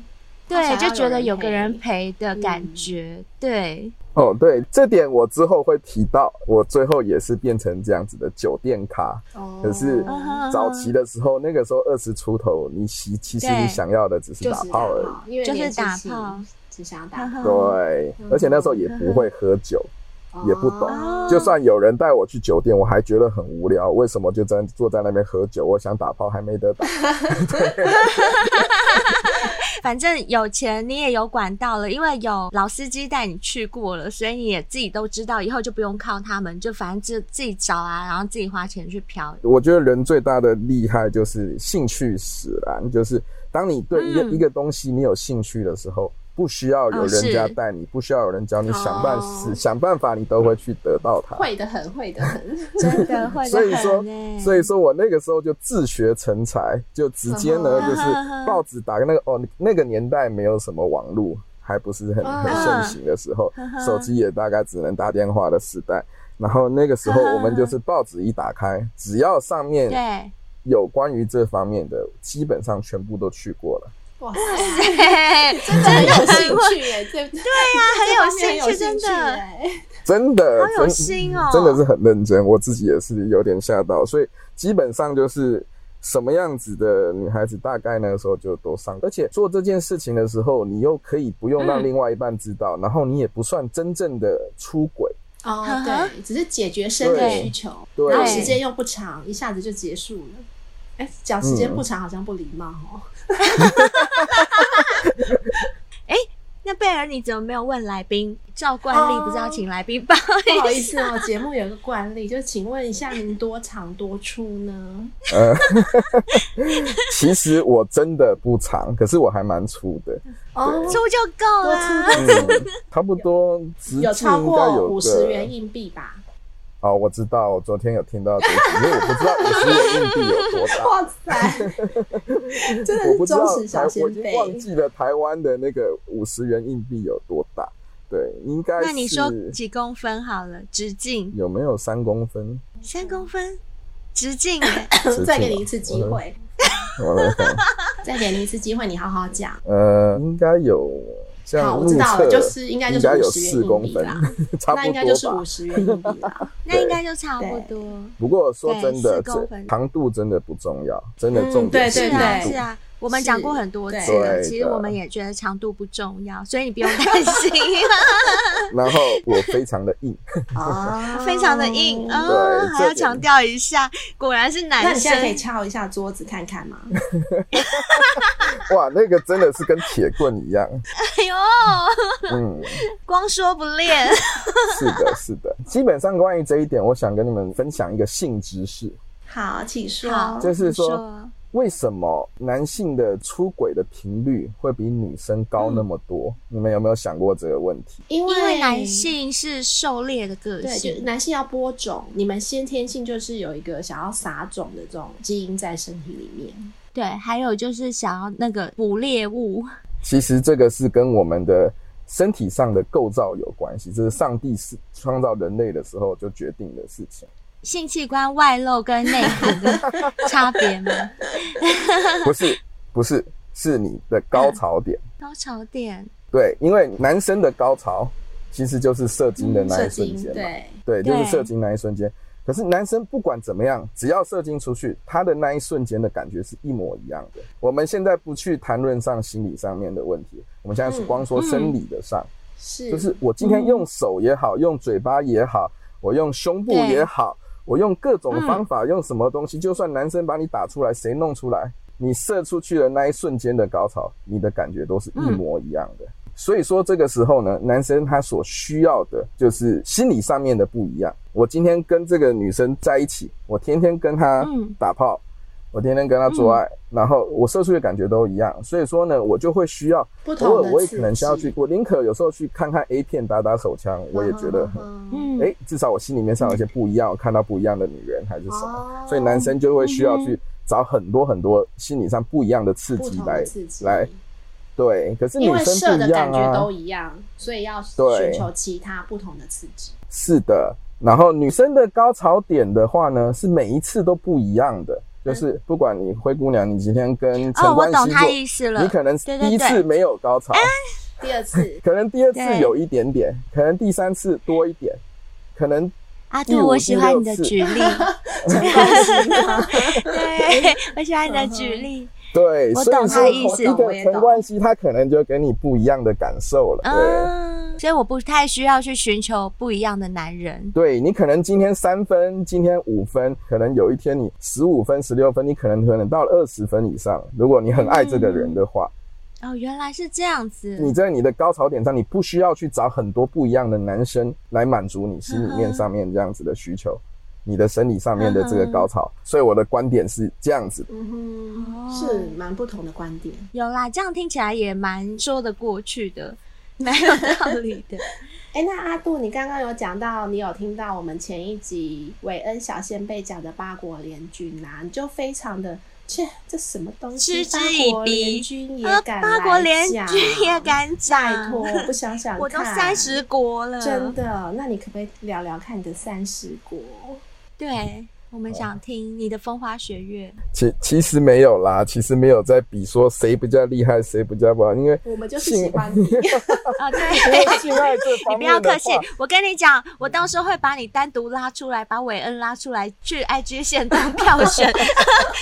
Speaker 1: 对
Speaker 2: 想要
Speaker 1: 就觉得有
Speaker 2: 有人
Speaker 1: 个
Speaker 2: 陪
Speaker 1: 人陪的感
Speaker 2: 嗯
Speaker 1: 觉，对。
Speaker 4: 哦，对，这点我之后会提到，我最后也是变成这样子的酒店咖。
Speaker 2: 哦
Speaker 4: 可是
Speaker 1: 嗯
Speaker 4: 早期的时候，那个时候二十出头，你其其实你
Speaker 1: 对
Speaker 4: 想要的只是
Speaker 2: 就
Speaker 4: 打
Speaker 2: 是
Speaker 4: 炮而已。，
Speaker 2: 因为
Speaker 1: 就是
Speaker 2: 年纪
Speaker 1: 打
Speaker 2: 轻
Speaker 1: 炮，
Speaker 2: 只想打炮，
Speaker 4: 对，而且那时候也不会喝酒， 也不懂
Speaker 2: 哦
Speaker 4: 就算有人带我去酒店，我还觉得很无聊。为什么就真坐在那边喝酒？我想打炮还没得打。
Speaker 1: 反正有钱你也有管道了，因为有老司机带你去过了，所以你也自己都知道，以后就不用靠他们，就反正自自己找啊，然后自己花钱去嫖。
Speaker 4: 我觉得人最大的厉害就是兴趣使然，就是当你对一个、
Speaker 1: 嗯
Speaker 4: 一个东西你有兴趣的时候，不需要有
Speaker 1: 哦
Speaker 4: 人家
Speaker 1: 是
Speaker 4: 带你，不需要有人教你，
Speaker 2: 哦
Speaker 4: 想办事、想办法，你都会去得到它。
Speaker 2: 会的很，会的 很。
Speaker 1: 真的会欸
Speaker 4: 所以说，所以说我那个时候就自学成才，就直接呢，
Speaker 2: 哦
Speaker 4: 就是报纸打开那个哦，那个年代没有什么网络，还不是很
Speaker 1: 哦
Speaker 2: 嗯
Speaker 4: 很盛行的时候
Speaker 1: 嗯哼，
Speaker 4: 手机也大概只能打电话的时代。然后那个时候，
Speaker 1: 嗯哼
Speaker 4: 我们就是报纸一打开，只要上面
Speaker 1: 对，
Speaker 4: 有关于这方面的，基本上全部都去过了。
Speaker 2: 哇，
Speaker 1: 真
Speaker 2: 真的有兴趣耶！这对
Speaker 1: 啊
Speaker 2: 呀
Speaker 1: 很有兴趣真的
Speaker 4: 真的，
Speaker 1: 好有
Speaker 4: 真
Speaker 1: 心哦
Speaker 4: 真的是很认真，我自己也是有点吓到，所以基本上就是什么样子的女孩子，大概那个时候就都上，而且做这件事情的时候，你又可以不用让
Speaker 1: 嗯
Speaker 4: 另外一半知道，然后你也不算真正的出 轨，
Speaker 1: 呵，
Speaker 2: 哦
Speaker 1: 呵
Speaker 2: 对，只是解决生理
Speaker 4: 对
Speaker 2: 需求，
Speaker 4: 对
Speaker 2: 然后时间又不长，一下子就结束了。哎，讲时
Speaker 4: 嗯
Speaker 2: 间不长好像不礼貌 哦。
Speaker 1: 那贝尔你怎么没有问来宾？照惯例不是要请来宾报
Speaker 2: 不好
Speaker 1: 一
Speaker 2: 意思哦，节目有一个惯例，就请问一下您多长多粗呢？
Speaker 4: 其实我真的不长，可是我还蛮粗的，
Speaker 2: 哦，
Speaker 1: 出就够
Speaker 2: 多
Speaker 1: 了。
Speaker 2: 粗？啊
Speaker 4: 嗯，差不多直径
Speaker 2: 有超
Speaker 4: 应该
Speaker 2: 过
Speaker 4: 有
Speaker 2: 五
Speaker 4: 个
Speaker 2: 十元硬币吧？
Speaker 4: 哦，我知道，我昨天有听到这个，因为我不知道五十元硬币有多
Speaker 2: 哇
Speaker 4: 大。
Speaker 2: 塞，真的
Speaker 4: 我
Speaker 2: 是
Speaker 4: 不知道
Speaker 2: 忠实
Speaker 4: 台
Speaker 2: 小，
Speaker 4: 我
Speaker 2: 先
Speaker 4: 已经
Speaker 2: 辈。
Speaker 4: 忘记了台湾的那个五十元硬币有多大。对，应该
Speaker 1: 那你说
Speaker 4: 是
Speaker 1: 几公分好了？直径
Speaker 4: 有没有三公分？
Speaker 1: 三公分，直径耶
Speaker 2: 再给你一次机会，
Speaker 4: 我来看，
Speaker 2: 再给你一次机会，你好好讲。
Speaker 4: 呃，应该有这样
Speaker 2: 好，我
Speaker 4: 目
Speaker 2: 知道了，
Speaker 4: 测，
Speaker 2: 就是应该就
Speaker 4: 应
Speaker 2: 是
Speaker 4: 该有
Speaker 2: 五十
Speaker 4: 四
Speaker 2: 元硬
Speaker 4: 公
Speaker 2: 币
Speaker 4: 分
Speaker 2: 啦，
Speaker 4: 差
Speaker 2: 那
Speaker 4: 不
Speaker 2: 应该就是
Speaker 4: 多
Speaker 2: 五
Speaker 4: 吧。
Speaker 2: 十元硬币啦。
Speaker 1: 那应该就差不
Speaker 2: 对
Speaker 1: 多。
Speaker 4: 不过说
Speaker 1: 对
Speaker 4: 真的，
Speaker 1: 四公
Speaker 4: 这
Speaker 1: 分
Speaker 4: 长度真的不重要，真的
Speaker 2: 嗯
Speaker 4: 重点
Speaker 1: 是
Speaker 2: 对
Speaker 1: 啊，
Speaker 4: 长度
Speaker 1: 是。啊，我们讲过很多次
Speaker 2: 对
Speaker 1: 了。
Speaker 4: 对
Speaker 1: 其实
Speaker 4: 的
Speaker 1: 我们也觉得长度不重要，所以你不用担心，啊
Speaker 4: 然后我非常的硬，
Speaker 2: 啊
Speaker 1: 哦非常的硬啊、
Speaker 4: 对
Speaker 1: 还要
Speaker 4: 这点
Speaker 1: 强调一下，果然是
Speaker 2: 那
Speaker 1: 男
Speaker 2: 你现在可
Speaker 1: 生。
Speaker 2: 以敲一下桌子看看吗？
Speaker 4: 哇，那个真的是跟铁棍一样。
Speaker 1: 哎呦，
Speaker 4: 嗯，
Speaker 1: 光说不 练。
Speaker 4: 是的，是的。基本上关于这一点，我想跟你们分享一个性知识。
Speaker 2: 好，请 说。
Speaker 1: 好
Speaker 4: 就是说
Speaker 1: 说
Speaker 4: 为什么男性的出轨的频率会比女生高那么多？
Speaker 2: 嗯
Speaker 4: 你们有没有想过这个问题？
Speaker 1: 因
Speaker 2: 因
Speaker 1: 为男性是狩猎的个
Speaker 2: 对，就
Speaker 1: 性，
Speaker 2: 男性要播种，你们先天性就是有一个想要撒种的这种基因在身体里面。
Speaker 1: 对，还有就是想要那个捕猎物，
Speaker 4: 其实这个是跟我们的身体上的构造有关系，这是上帝是创造人类的时候就决定的事情，
Speaker 1: 性器官外露跟内涵的差别 吗？
Speaker 2: 嗯
Speaker 4: 不是，不是，是你的高潮点。
Speaker 1: 高潮点，
Speaker 4: 对，因为男生的高潮其实就是射精的那
Speaker 2: 嗯射
Speaker 4: 一瞬
Speaker 2: 精，
Speaker 4: 间嘛。
Speaker 2: 对，
Speaker 4: 对，就
Speaker 1: 对
Speaker 4: 是射精那一瞬间。可是男生不管怎么样，只要射精出去，他的那一瞬间的感觉是一模一样的。我们现在不去谈论上心理上面的问题，我们现在是
Speaker 2: 嗯
Speaker 4: 光说
Speaker 1: 嗯
Speaker 4: 生理的上，
Speaker 2: 是，
Speaker 4: 就是我今天用手也好，用嘴巴也好，我用胸部
Speaker 1: 对
Speaker 4: 也好，我用各种
Speaker 1: 嗯
Speaker 4: 方法，用什么东西，就算男生把你打出来，谁弄出来，你射出去的那一瞬间的高潮，你的感觉都是一
Speaker 1: 嗯
Speaker 4: 模一样的。所以说这个时候呢，男生他所需要的就是心理上面的不一样。我今天跟这个女生在一起，我天天跟她
Speaker 1: 嗯
Speaker 4: 打炮，我天天跟她做爱，然后我射出去的感觉都一样。所以说呢，我就会需要
Speaker 2: 不同的
Speaker 4: 偶尔我也
Speaker 2: 刺
Speaker 4: 可能需要
Speaker 2: 激嗯
Speaker 4: 去，我宁可有时候去看看 A 片打打手枪，我也觉得很。
Speaker 2: 很
Speaker 1: 嗯，
Speaker 4: 哎、至少我心里面上有一些不一样，我看到不一样的女人还是什么，
Speaker 2: 哦
Speaker 4: 所以男生就会需要
Speaker 1: 嗯
Speaker 4: 去找很多很多心理上不一样的刺
Speaker 2: 不
Speaker 4: 激
Speaker 2: 同
Speaker 4: 来
Speaker 2: 的刺激
Speaker 4: 来对，可是
Speaker 2: 因
Speaker 4: 女
Speaker 2: 为射
Speaker 4: 生不
Speaker 2: 的
Speaker 4: 一样
Speaker 2: 感觉
Speaker 4: 啊
Speaker 2: 都。一样，所以要寻
Speaker 4: 对
Speaker 2: 求其他不同的刺激。
Speaker 4: 是的，然后女生的高潮点的话呢，是每一次都不一样的，就是不管你灰姑娘，你今天跟陈
Speaker 1: 哦，我
Speaker 4: 冠
Speaker 1: 懂
Speaker 4: 希
Speaker 1: 他
Speaker 4: 做
Speaker 1: 意思了。
Speaker 4: 你可能
Speaker 1: 对
Speaker 4: 第
Speaker 1: 对
Speaker 4: 一次
Speaker 1: 对
Speaker 4: 没有高潮，
Speaker 2: 第二 次
Speaker 4: 可能第二次
Speaker 1: 对
Speaker 4: 有一点点，可能第三次多一点，可能
Speaker 1: 阿
Speaker 4: 第
Speaker 1: 杜，
Speaker 4: 五
Speaker 1: 啊我
Speaker 4: 第
Speaker 1: 喜欢
Speaker 4: 六
Speaker 1: 你的
Speaker 4: 次
Speaker 1: 举 例， 对，我喜欢你的
Speaker 2: 嗯
Speaker 1: 举例。
Speaker 4: 对，
Speaker 1: 我
Speaker 4: 所以
Speaker 1: 懂他
Speaker 4: 说
Speaker 1: 的意思
Speaker 4: 一
Speaker 2: 我
Speaker 4: 个
Speaker 2: 也
Speaker 4: 陈
Speaker 2: 懂
Speaker 4: 冠希他可能就给你不一样的感受了，对。
Speaker 1: 嗯，所以我不太需要去寻求不一样的男人。
Speaker 4: 对你可能今天三分，今天五分，可能有一天你十五分、十六分，你可能可能到了二十分以上。如果你很爱这个人的话，
Speaker 1: 哦，原来是这样子。
Speaker 4: 你在你的高潮点上，你不需要去找很多不一样的男生来满足你心里面上面这样子的需求，你的生理上面的这
Speaker 1: 嗯
Speaker 4: 个高潮。所以我的观点是这样子，
Speaker 2: 嗯
Speaker 1: 哦
Speaker 2: 哼，是蛮不同的观点。
Speaker 1: 有啦，这样听起来也蛮说得过去的，蛮 有道理的。
Speaker 2: 哎，那阿杜，你刚刚有讲到，你有听到我们前一集韦恩小先辈讲的八国联军啊，你就非常的，切，这什么东西？
Speaker 1: 嗤之以鼻
Speaker 2: 八国联军也
Speaker 1: 呃
Speaker 2: 敢
Speaker 1: 八国
Speaker 2: 来
Speaker 1: 联
Speaker 2: 讲
Speaker 1: 军也敢
Speaker 2: 拜
Speaker 1: 讲，
Speaker 2: 托，不想想 看，
Speaker 1: 我都三十国了，
Speaker 2: 真的，那你可不可以聊聊看你的三十国？
Speaker 1: 对。我们想听你的风花雪月，
Speaker 4: 其其实没有啦，其实没有在比说谁比较厉害，谁比较不好，因为
Speaker 2: 我们就是
Speaker 4: 性
Speaker 2: 喜欢你，
Speaker 1: 啊，对，
Speaker 4: 因为性爱这
Speaker 1: 你
Speaker 4: 方
Speaker 1: 不要
Speaker 4: 面的
Speaker 1: 客气
Speaker 4: 话，，
Speaker 1: 我跟你讲，我到时候会把你单独拉出来，把韦恩拉出来去 IG 线当票 选，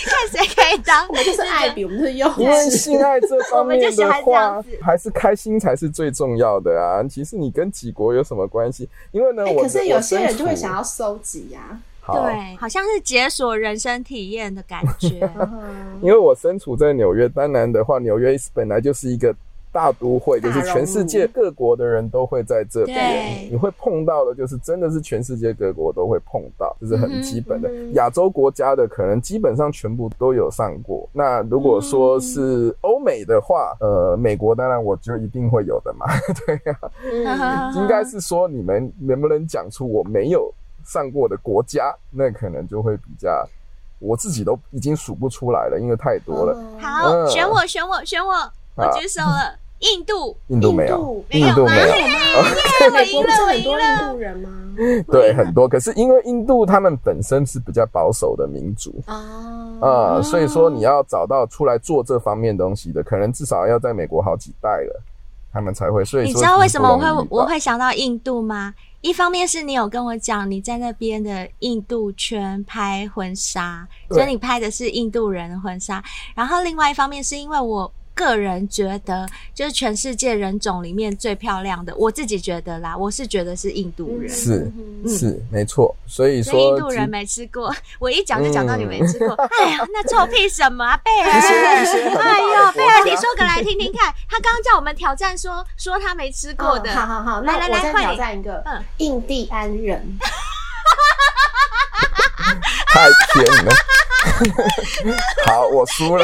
Speaker 1: 看谁可以当
Speaker 2: 我。们就是爱比，我们就是幼
Speaker 4: 因为
Speaker 2: 稚。
Speaker 4: 性爱这方面
Speaker 1: 我们就喜
Speaker 4: 的
Speaker 1: 欢这样
Speaker 4: 话
Speaker 1: 子，
Speaker 4: 还是开心才是最重要的啊。其实你跟几国有什么关系？因为呢，
Speaker 2: 哎，
Speaker 4: 我
Speaker 2: 可是有些人就会想
Speaker 4: 要
Speaker 2: 要收集 呀、
Speaker 4: 好，
Speaker 1: 对，好像是解锁人生体验的感觉。
Speaker 2: 嗯
Speaker 4: 因为我身处在纽约，当然的话，纽约本来就是一个大都会，就是全世界各国的人都会在这
Speaker 1: 对
Speaker 4: 边，你会碰到的，就是真的是全世界各国都会碰到，这是
Speaker 1: 嗯哼
Speaker 4: 很基本的
Speaker 2: 嗯哼。
Speaker 4: 亚洲国家的可能基本上全部都有上过。那如果说
Speaker 2: 嗯
Speaker 4: 是欧美的话，呃，美国当然我就一定会有的嘛，对呀、
Speaker 2: 嗯，
Speaker 4: 应该是说你们能不能讲出我没有上过的国家，那可能就会比较，我自己都已经数不出来了，因为太多了。
Speaker 2: 嗯
Speaker 1: 好，
Speaker 4: 嗯
Speaker 1: 选我，选我，选我，我举手了。印度，
Speaker 4: 印度没有，
Speaker 2: 印
Speaker 1: 印
Speaker 4: 印
Speaker 1: 度
Speaker 4: 度
Speaker 1: 没
Speaker 4: 没
Speaker 1: 有
Speaker 4: 有，
Speaker 1: 耶，我
Speaker 2: 美国
Speaker 1: 赢
Speaker 2: 不
Speaker 1: 了，
Speaker 2: 是
Speaker 1: 我
Speaker 2: 很
Speaker 1: 赢
Speaker 2: 多
Speaker 1: 了。
Speaker 2: 印度人吗？
Speaker 4: 对，很多。可是因为印度他们本身是比较保守的民族
Speaker 2: 啊，
Speaker 4: 啊、
Speaker 1: 嗯
Speaker 4: 所以说你要找到出来做这方面东西的，可能至少要在美国好几代了，他们才会。所以
Speaker 1: 你
Speaker 4: 说
Speaker 1: 知道为什么我会
Speaker 4: 不容易遇到
Speaker 1: 我会想到印度吗？一方面是你有跟我讲你在那边的印度圈拍婚纱，
Speaker 4: 对
Speaker 1: 所以你拍的是印度人的婚纱。然后另外一方面是因为我个人觉得，就是全世界人种里面最漂亮的，我自己觉得啦，我是觉得是印度人。
Speaker 4: 是
Speaker 2: 嗯
Speaker 4: 是没错，所以
Speaker 1: 所以
Speaker 4: 说嗯
Speaker 1: 印度
Speaker 4: 即
Speaker 1: 人没吃过，我一讲就讲到你没吃过。哎呀，那臭屁什么啊，贝尔！
Speaker 4: 一些一些很大
Speaker 1: 哎
Speaker 4: 的
Speaker 1: 呦，
Speaker 4: 国
Speaker 1: 贝尔，
Speaker 4: 家
Speaker 1: 你说个来听听看。他刚刚叫我们挑战说说他没吃过的，
Speaker 2: 嗯好好好，那
Speaker 1: 来来
Speaker 2: 我
Speaker 1: 来
Speaker 2: 再
Speaker 1: 换你
Speaker 2: 挑战一个，
Speaker 1: 嗯
Speaker 2: 印第安人，
Speaker 4: 太 偏了。好，我输了。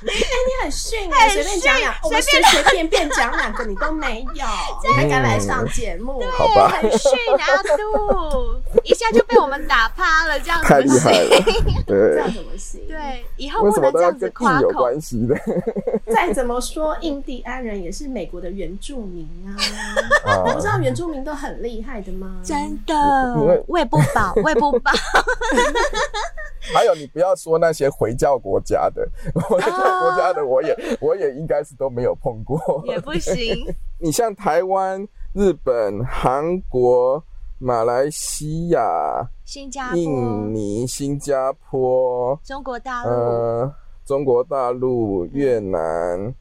Speaker 2: 你很逊哎，随便讲两，我们随随便便讲两个你都没 有，你还敢来上节目？
Speaker 4: 嗯好吧
Speaker 1: 很逊 阿杜，一下就被我们打趴了，这样子
Speaker 4: 太
Speaker 1: 不
Speaker 4: 厉害
Speaker 1: 行。
Speaker 4: 了，
Speaker 2: 这
Speaker 4: 对
Speaker 2: 样。怎么行？，
Speaker 1: 对，以后
Speaker 4: 为
Speaker 1: 不
Speaker 4: 什么
Speaker 1: 能
Speaker 4: 都
Speaker 1: 这
Speaker 4: 要
Speaker 1: 样子
Speaker 4: 跟
Speaker 1: 夸
Speaker 4: 地有
Speaker 1: 口。
Speaker 4: 关系的
Speaker 2: 再怎么说，印第安人也是美国的原住民啊，你不知
Speaker 4: 啊？
Speaker 2: 道原住民都很厉害的吗？
Speaker 1: 真的
Speaker 4: 因为，
Speaker 1: 喂不 饱，喂不饱。
Speaker 4: 还有，你不要说那些回教国家的， 回教国家的我也我也应该是都没有碰过。
Speaker 1: 啊 也不行。
Speaker 4: 你像台湾、日本、韩国、马来西亚、
Speaker 1: 新加坡
Speaker 4: 印、尼、新加坡、
Speaker 1: 中国大陆、
Speaker 4: 呃，中国大陆、越南，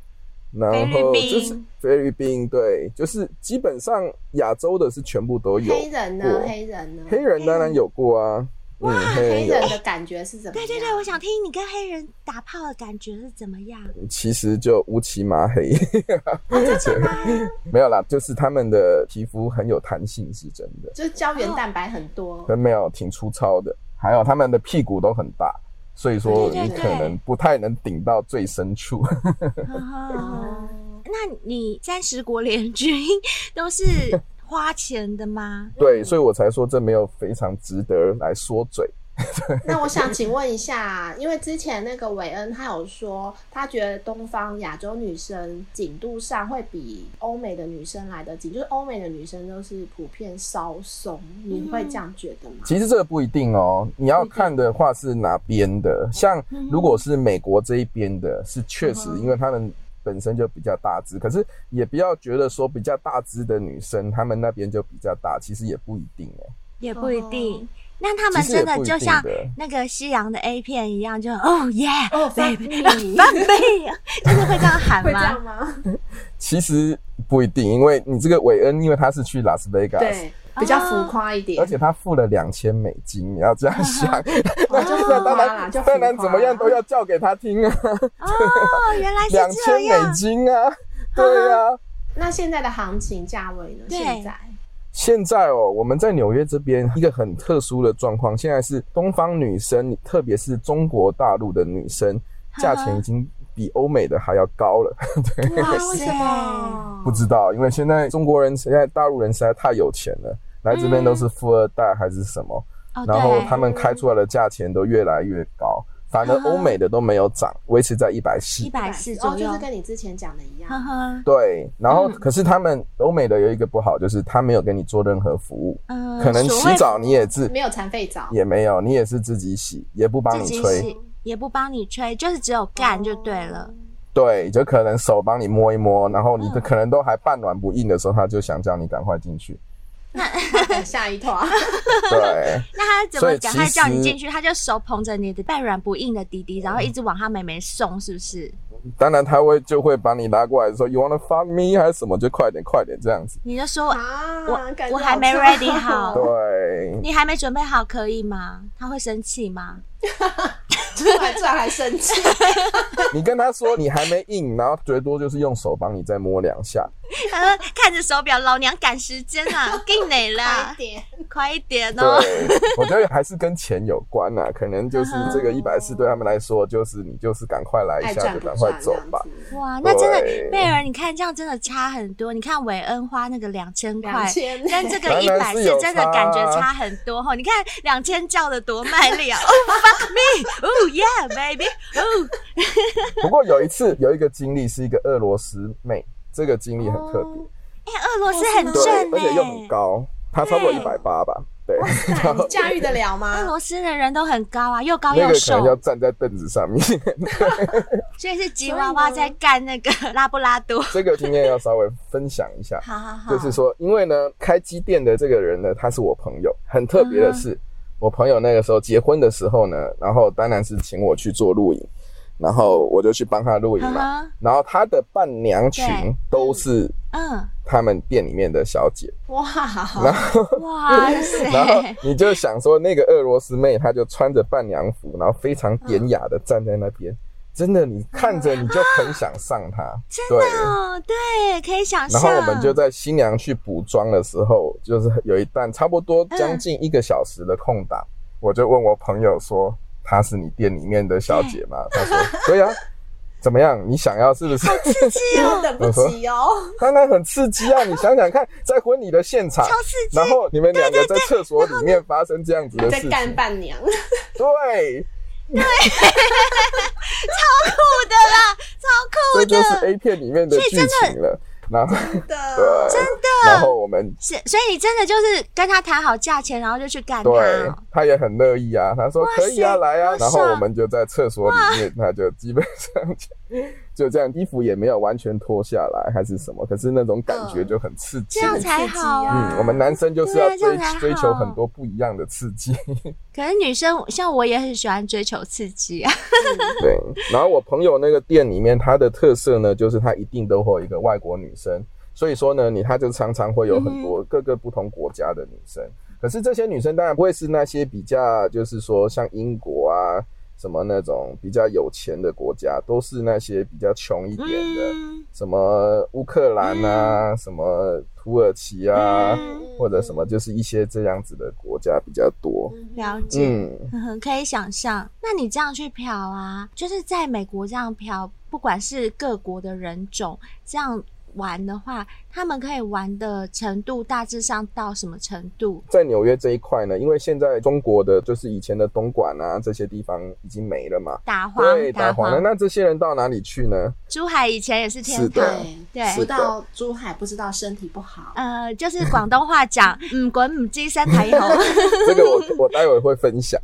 Speaker 4: 然后
Speaker 1: 菲律宾
Speaker 4: 就是菲律宾，对，就是基本上亚洲的是全部都有。
Speaker 2: 黑人呢？
Speaker 4: 过
Speaker 2: 黑人呢？
Speaker 4: 黑人当然有过啊，嗯，黑人
Speaker 2: 黑
Speaker 4: 有。
Speaker 2: 人的感觉是怎么
Speaker 1: 对
Speaker 2: 样？
Speaker 1: 对对，我想听你跟黑人打炮的感觉是怎么 样？
Speaker 4: 其实就乌漆麻黑，
Speaker 2: 哦
Speaker 4: 没有啦，就是他们的皮肤很有弹性，是真的，
Speaker 2: 就是胶原蛋白很多，
Speaker 4: 但没有挺粗糙的，还有他们的屁股都很大，所以说
Speaker 1: 对对
Speaker 4: 你
Speaker 1: 对
Speaker 4: 可能不太能顶到最深处。
Speaker 2: 哦
Speaker 1: 那你三十国联军都是花钱的吗？嗯
Speaker 4: 对，所以我才说这没有非常值得来说嘴。
Speaker 5: 那我想请问一下，因为之前那个韦恩他有说，他觉得东方亚洲女生紧度上会比欧美的女生来得紧，就是欧美的女生都是普遍稍松，你会这样觉得吗？
Speaker 4: 其实这个不一定哦，你要看的话是哪边
Speaker 1: 嗯
Speaker 4: 的。像如果是美国这一边的，是确实
Speaker 1: 嗯
Speaker 4: 因为他们本身就比较大只，可是也不要觉得说比较大只的女生，她们那边就比较大，其实也不一定哎。
Speaker 1: 也不一定
Speaker 5: 哦。
Speaker 1: 那他们
Speaker 4: 其实也
Speaker 1: 真的
Speaker 4: 不一
Speaker 1: 就
Speaker 4: 定
Speaker 1: 像
Speaker 4: 的
Speaker 1: 那个西洋的 A 片一样，就哦耶，
Speaker 5: 哦
Speaker 1: baby，
Speaker 5: fuck me
Speaker 1: 翻倍，就是会这样喊
Speaker 5: 会这
Speaker 1: 吗
Speaker 5: 样？吗？
Speaker 4: 其实不一定，因为你这个韦恩，因为他是去拉斯维加斯。
Speaker 5: 对，啊比较浮夸一点
Speaker 4: 而，且他付了两千美金，你要这样 想，
Speaker 5: 哦就浮
Speaker 4: 那当
Speaker 5: 夸啦，
Speaker 4: 然
Speaker 5: 就浮
Speaker 4: 当然怎么样
Speaker 5: 夸
Speaker 4: 都要叫给他 听啊，
Speaker 1: 哦，原来
Speaker 4: 两
Speaker 1: 是这
Speaker 4: 千美
Speaker 1: 样。
Speaker 4: 金 啊，对啊，
Speaker 5: 那现在的行情价位呢？
Speaker 1: 对
Speaker 5: 现在
Speaker 4: 现在哦，我们在纽约这边一个很特殊的状况，现在是东方女生，特别是中国大陆的女生，价钱已经比欧美的还要高了。
Speaker 1: 哇
Speaker 5: 为什么？
Speaker 4: 不知道，因为现在中国人现在大陆人实在太有钱了，来这边都是富二代还是什么，
Speaker 1: 哦，
Speaker 4: 然后
Speaker 1: 对啊
Speaker 4: 他们开出来的价钱都越来越高，反而欧美的都没有涨，维持在一百四
Speaker 1: 一。百四
Speaker 5: 哦，
Speaker 1: 左右
Speaker 5: 就是，跟你之前讲的一
Speaker 1: 呵
Speaker 5: 样，
Speaker 1: 呵，
Speaker 4: 对，然后
Speaker 1: 嗯
Speaker 4: 可是他们欧美的有一个不好，就是他没有给你做任何服务，
Speaker 1: 嗯，
Speaker 4: 可能
Speaker 1: 所
Speaker 4: 洗
Speaker 1: 谓
Speaker 4: 澡你也自
Speaker 5: 没有残废 澡，
Speaker 4: 也没有，你也是自己洗，也不帮
Speaker 1: 自
Speaker 4: 你
Speaker 1: 己
Speaker 4: 吹，
Speaker 1: 洗也不帮你吹，就是只有干就对了。
Speaker 4: 对，就可能手帮你摸一摸，然后你
Speaker 1: 嗯
Speaker 4: 可能都还半软不硬的时候，他就想叫你赶快进去，
Speaker 5: 哦。下一套，
Speaker 4: 对，
Speaker 1: 那他怎么赶
Speaker 4: 所
Speaker 1: 快
Speaker 4: 以其实
Speaker 1: 叫你进去？他就手捧着你的半软不硬的弟弟，然后一直往他妹妹送，是不是？
Speaker 4: 当然他会就会把你拉过来说 “You wanna fuck me” 还是什么，就快点快点这样子，
Speaker 1: 你就说
Speaker 5: 啊
Speaker 1: 我
Speaker 5: 感觉
Speaker 1: 我还没
Speaker 5: 好
Speaker 1: ready 好
Speaker 4: 对，
Speaker 1: 你还没准备好，可以吗？他会生气吗？
Speaker 5: 出来这还生气，
Speaker 4: 你跟他说你还没硬，然后最多就是用手帮你再摸两下，
Speaker 1: 他说看着手表，老娘赶时间 啊，定哪
Speaker 5: 快
Speaker 1: 啦，
Speaker 5: 点，
Speaker 1: 快一点哦。
Speaker 4: 对，我觉得还是跟钱有关呐、啊，可能就是这个一百四对他们来说，就是你就是赶快来
Speaker 5: 嗯爱
Speaker 4: 一下
Speaker 5: 赚
Speaker 4: 就
Speaker 5: 不
Speaker 4: 赶快
Speaker 5: 赚这
Speaker 4: 走
Speaker 5: 样
Speaker 4: 吧，
Speaker 5: 子。
Speaker 1: 哇，那真的
Speaker 4: 对
Speaker 1: 贝尔，你看这样真的差很多。你看韦恩花那个两千块
Speaker 5: 两，千，
Speaker 1: 跟这个
Speaker 4: 当
Speaker 1: 一
Speaker 4: 然
Speaker 1: 百
Speaker 4: 是
Speaker 1: 四
Speaker 4: 有
Speaker 1: 真的
Speaker 4: 差啊
Speaker 1: 感觉差很多哈。你看两千叫的多卖力啊！Oh fuck me! Oh yeah, baby! Oh
Speaker 4: 不过有一次有一个经历是一个俄罗斯妹，这个经历很特别，
Speaker 5: 哦
Speaker 1: 哎、俄罗斯很
Speaker 4: 对，
Speaker 1: 正
Speaker 4: 而
Speaker 1: 哎、
Speaker 5: 欸
Speaker 4: 且又很高，她超过一
Speaker 1: 对
Speaker 4: 百八吧，对，
Speaker 5: 你驾驭得了
Speaker 1: 俄
Speaker 5: 吗？
Speaker 1: 罗斯的人都很高啊，又高
Speaker 4: 那
Speaker 1: 又
Speaker 4: 个可能
Speaker 1: 瘦，
Speaker 4: 要站在凳子上面，
Speaker 1: 所以是吉娃娃在干那个 拉布拉多。
Speaker 4: 这个经验要稍微分享一下，
Speaker 1: 好好好，
Speaker 4: 就是说，因为呢，开机店的这个人呢，他是我朋友，很特别的
Speaker 1: 嗯
Speaker 4: 是，我朋友那个时候结婚的时候呢，然后当然是请我去做录影，然后我就去帮他录影嘛，
Speaker 1: 嗯
Speaker 4: 然后他的伴娘群
Speaker 1: 对
Speaker 4: 都是
Speaker 1: 嗯哼
Speaker 4: 他们店里面的小姐。
Speaker 5: 哇，
Speaker 1: 嗯，哇
Speaker 4: 然后
Speaker 1: 塞，
Speaker 4: 你就想说，那个俄罗斯妹，她就穿着伴娘服，然后非常
Speaker 1: 嗯
Speaker 4: 典雅的站在那边，真的，你看着你就很想 上她。对。
Speaker 1: 哦，对，可以想象。
Speaker 4: 然后我们就在新娘去补妆的时候，就是有一段差不多将近一个小时的空档，我就问我朋友说：“她是你店里面的小姐吗？”她说：“对呀、怎么样？你想要是不是？
Speaker 5: 我等不及哦，
Speaker 4: 当然很刺激啊！你想想看，在婚礼的现场，
Speaker 1: 超刺激，
Speaker 4: 然后你们两个在厕所里面发生这样子的
Speaker 5: 在
Speaker 4: 事情，
Speaker 5: 干伴娘，
Speaker 4: 对，
Speaker 1: 酷的啦，超酷
Speaker 4: 这就
Speaker 1: 的，
Speaker 4: 是 A 片里面的剧情了。然后，
Speaker 5: 的
Speaker 4: 对，啊真的， 然后我们
Speaker 1: 是，所以你真的就是跟他谈好价钱，然后就去干他
Speaker 4: 对
Speaker 1: 哦。，
Speaker 4: 他也很乐意啊，他说
Speaker 1: 哇塞
Speaker 4: 可以啊，来啊
Speaker 1: 好，
Speaker 4: 然后
Speaker 1: 爽
Speaker 4: 我们就在厕所里面，他就基本上 就就这样，衣服也没有完全脱下来还是什么，可是那种感觉就很刺
Speaker 1: 嗯
Speaker 4: 激
Speaker 1: 这。样才好啊！
Speaker 4: 嗯，我们男生就是要
Speaker 1: 对啊这
Speaker 4: 追
Speaker 1: 样才好
Speaker 4: 追求很多不一样的刺激，
Speaker 1: 可是女生像我也很喜欢追求刺激啊，
Speaker 4: 对。然后我朋友那个店里面，它的特色呢，就是它一定都会有一个外国女生，所以说呢，你他就常常会有很
Speaker 1: 嗯
Speaker 4: 多各个不同国家的女生。可是这些女生当然不会是那些比较，就是说像英国啊什么那种比较有钱的国家，都是那些比较穷一点的，
Speaker 1: 嗯
Speaker 4: 什么乌克兰啊，什么土耳其啊，
Speaker 1: 嗯
Speaker 4: 或者什么，就是一些这样子的国家比较多。
Speaker 1: 了解，
Speaker 4: 嗯，
Speaker 1: 呵呵可以想象。那你这样去嫖啊，就是在美国这样嫖，不管是各国的人种，这样玩的话，他们可以玩的程度大致上到什么程度？
Speaker 4: 在纽约这一块呢，因为现在中国的就是以前的东莞啊这些地方已经没了嘛，
Speaker 1: 打黄
Speaker 4: 对，
Speaker 1: 打
Speaker 4: 打黄了。那这些人到哪里去呢？
Speaker 1: 珠海以前也是天
Speaker 4: 是
Speaker 1: 堂
Speaker 4: 的，
Speaker 1: 对
Speaker 5: 不
Speaker 4: 是的，
Speaker 5: 到珠海不知道身体不好，
Speaker 1: 呃，就是广东话讲，嗯，滚母鸡生排 头，
Speaker 4: 这个我我待会会分享。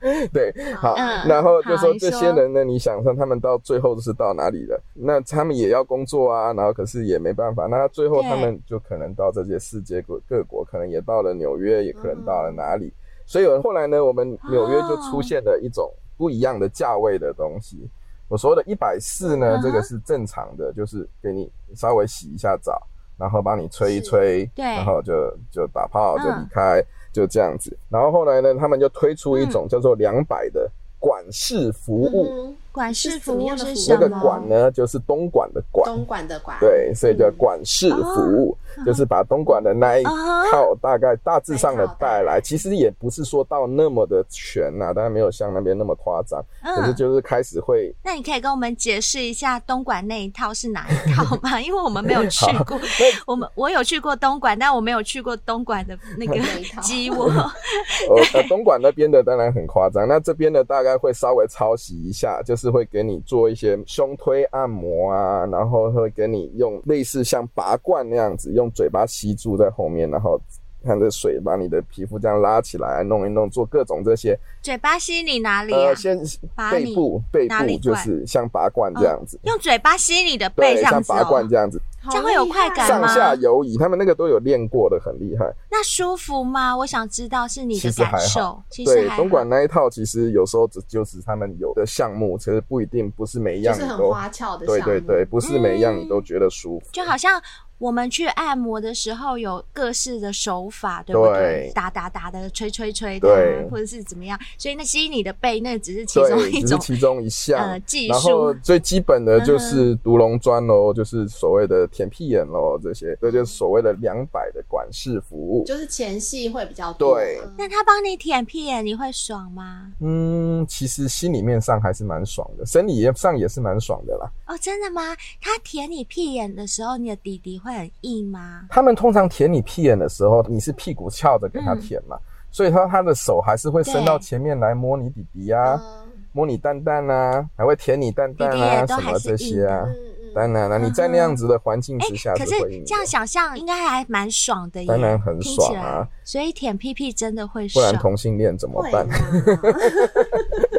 Speaker 4: 对，好，
Speaker 1: 嗯
Speaker 4: 然后
Speaker 1: 好
Speaker 4: 就说
Speaker 1: 你
Speaker 4: 这些
Speaker 1: 说
Speaker 4: 人呢，你想象他们到最后都是到哪里了？那他们也要工作啊，然后可是也没办法，那最后
Speaker 1: 对
Speaker 4: 他们就可能到这些世界各各国，可能也到了纽约，也可能到了哪里。所以有后来呢，我们纽约就出现了一种不一样的价位的东西。我说的一百四呢
Speaker 1: 嗯哼，
Speaker 4: 这个是正常的，就是给你稍微洗一下澡，然后帮你吹一
Speaker 5: 是
Speaker 4: 吹，
Speaker 1: 对
Speaker 4: 然后就就打炮
Speaker 1: 嗯
Speaker 4: 就离开，就这样子。然后后来呢，他们就推出一种叫做两百的管式服务，
Speaker 5: 嗯
Speaker 1: 管
Speaker 5: 是
Speaker 1: 事
Speaker 5: 怎
Speaker 1: 服
Speaker 5: 么
Speaker 1: 务
Speaker 5: 样的
Speaker 1: 是
Speaker 5: 服务
Speaker 1: 什
Speaker 4: 那个
Speaker 1: 么？
Speaker 4: 管呢就是东莞的
Speaker 5: 哼
Speaker 4: 管，
Speaker 5: 东莞哦的莞，
Speaker 4: 对，所以叫
Speaker 5: 嗯
Speaker 4: 管式服务，就是把东莞的那一
Speaker 1: 啊哈
Speaker 4: 套大概大致上的
Speaker 5: 那一套
Speaker 4: 带来，其实也不是说到那么的全啊呐、当然没有像那边那么夸张，可是
Speaker 1: 嗯，
Speaker 4: 就是开始会
Speaker 1: 那你可以跟我们解释一下东莞那一套是哪一套吗？ 因为我们没有去过，我们我有去过东莞，但我没有去过东莞的那个
Speaker 5: 那一套
Speaker 1: 鸡窝。
Speaker 4: 呃， 呃东莞那边的当然很夸张，那这边的大概会稍微抄袭一下，就是会给你做一些胸推按摩啊，然后会给你用类似像拔罐那样子，用嘴巴吸住在后面，然后看着水把你的皮肤这样拉起来，弄一弄，做各种这些。
Speaker 1: 嘴巴吸你哪里啊
Speaker 4: 呃，？先
Speaker 1: 拔
Speaker 4: 背
Speaker 1: 你
Speaker 4: 部，背
Speaker 1: 哪里
Speaker 4: 部就
Speaker 1: 怪
Speaker 4: 是像拔罐这样子，
Speaker 1: 用嘴巴吸你的背
Speaker 4: 对，
Speaker 1: 这样
Speaker 4: 像
Speaker 1: 子
Speaker 4: 拔
Speaker 1: 哦
Speaker 4: 罐，这样子，
Speaker 5: 好
Speaker 1: 这样会有快感
Speaker 5: 厉害
Speaker 4: 上
Speaker 1: 吗
Speaker 4: 下游移，他们那个都有练过的，很厉害。
Speaker 1: 那舒服吗？我想知道是你的
Speaker 4: 其实
Speaker 1: 感
Speaker 4: 还好
Speaker 1: 受。其
Speaker 4: 对
Speaker 1: 实，还
Speaker 4: 东
Speaker 1: 好
Speaker 4: 莞。那一套其实有时候只就是他们有的项目，其实不一定不是每一
Speaker 5: 就
Speaker 4: 样
Speaker 5: 是
Speaker 4: 你
Speaker 5: 很
Speaker 4: 都
Speaker 5: 花俏的
Speaker 4: 对
Speaker 5: 项
Speaker 4: 对
Speaker 5: 目
Speaker 4: 对，，不是每一样
Speaker 1: 嗯
Speaker 4: 你都觉得舒服。
Speaker 1: 就好像我们去按摩的时候有各式的手法，对不
Speaker 4: 对
Speaker 1: 打打打的，吹吹吹的啊，
Speaker 4: 对
Speaker 1: 或者是怎么样？所以那吸你的背，那只是其中
Speaker 4: 对，
Speaker 1: 一
Speaker 4: 只是
Speaker 1: 种。
Speaker 4: 其中一项。
Speaker 1: 呃技术嗯
Speaker 4: 然后最基本的就是独龙砖喽，就是所谓的舔屁眼喽，这些，这就是所谓的两百的管式服务。
Speaker 5: 就是前戏会比较多，
Speaker 4: 对
Speaker 5: 嗯
Speaker 1: 那他帮你舔屁眼，你会爽吗？
Speaker 4: 嗯，其实心里面上还是蛮爽的，生理上也是蛮爽的啦。
Speaker 1: 哦，真的吗？他舔你屁眼的时候，你的底底会很硬吗？
Speaker 4: 他们通常舔你屁眼的时候，你是屁股翘着给他
Speaker 1: 嗯
Speaker 4: 舔嘛，所以他他的手还是会伸到
Speaker 1: 对哦
Speaker 4: 前面来摸你底底啊。
Speaker 5: 嗯
Speaker 4: 摸你蛋蛋啊，还会舔你蛋蛋啊，
Speaker 1: 弟弟也都
Speaker 4: 什
Speaker 1: 还
Speaker 4: 么
Speaker 1: 是
Speaker 4: 这些啊
Speaker 5: 嗯。嗯
Speaker 4: 当然了、
Speaker 1: 嗯哼嗯
Speaker 4: 你在那样子的环境之下
Speaker 1: 哎可
Speaker 4: 会
Speaker 1: 是
Speaker 4: 硬
Speaker 1: 这样
Speaker 4: 的，
Speaker 1: 想象应该还蛮爽的耶，
Speaker 4: 当然很
Speaker 1: 听起
Speaker 4: 爽
Speaker 1: 来
Speaker 4: 啊。
Speaker 1: 所以舔屁屁真的会
Speaker 4: 不
Speaker 1: 爽，
Speaker 4: 然同性恋怎么
Speaker 5: 会
Speaker 4: 办？
Speaker 5: 啦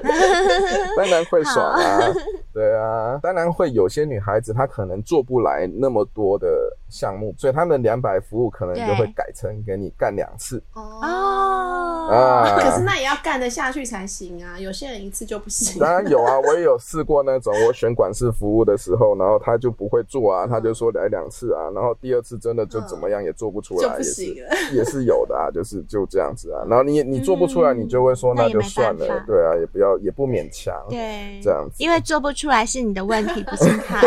Speaker 4: 当然会爽啊， 对啊，当然会有些女孩子她可能做不来那么多的项目，所以他们两百服务可能就会
Speaker 1: 对
Speaker 4: 改成给你干两次
Speaker 1: 哦
Speaker 4: 啊。
Speaker 5: 可是那也要干得下去才行啊，有些人一次就不 行。
Speaker 4: 当然有啊，我也有试过那种我选管事服务的时候，然后他就不会做啊，他就说来两次啊，然后第二次真的就怎么样也做不出
Speaker 5: 就
Speaker 4: 来，
Speaker 5: 不
Speaker 4: 也
Speaker 5: 行
Speaker 4: 是
Speaker 5: 了
Speaker 4: 也是有的啊，就是就这样子啊。然后你你做不出来，
Speaker 1: 嗯
Speaker 4: 你就会说
Speaker 1: 那也
Speaker 4: 就
Speaker 1: 没
Speaker 4: 算了
Speaker 1: 办法，
Speaker 4: 对啊，也不要也不勉强，
Speaker 1: 对
Speaker 4: 这样子。
Speaker 1: 因为做不出来是你的问题，不是 他，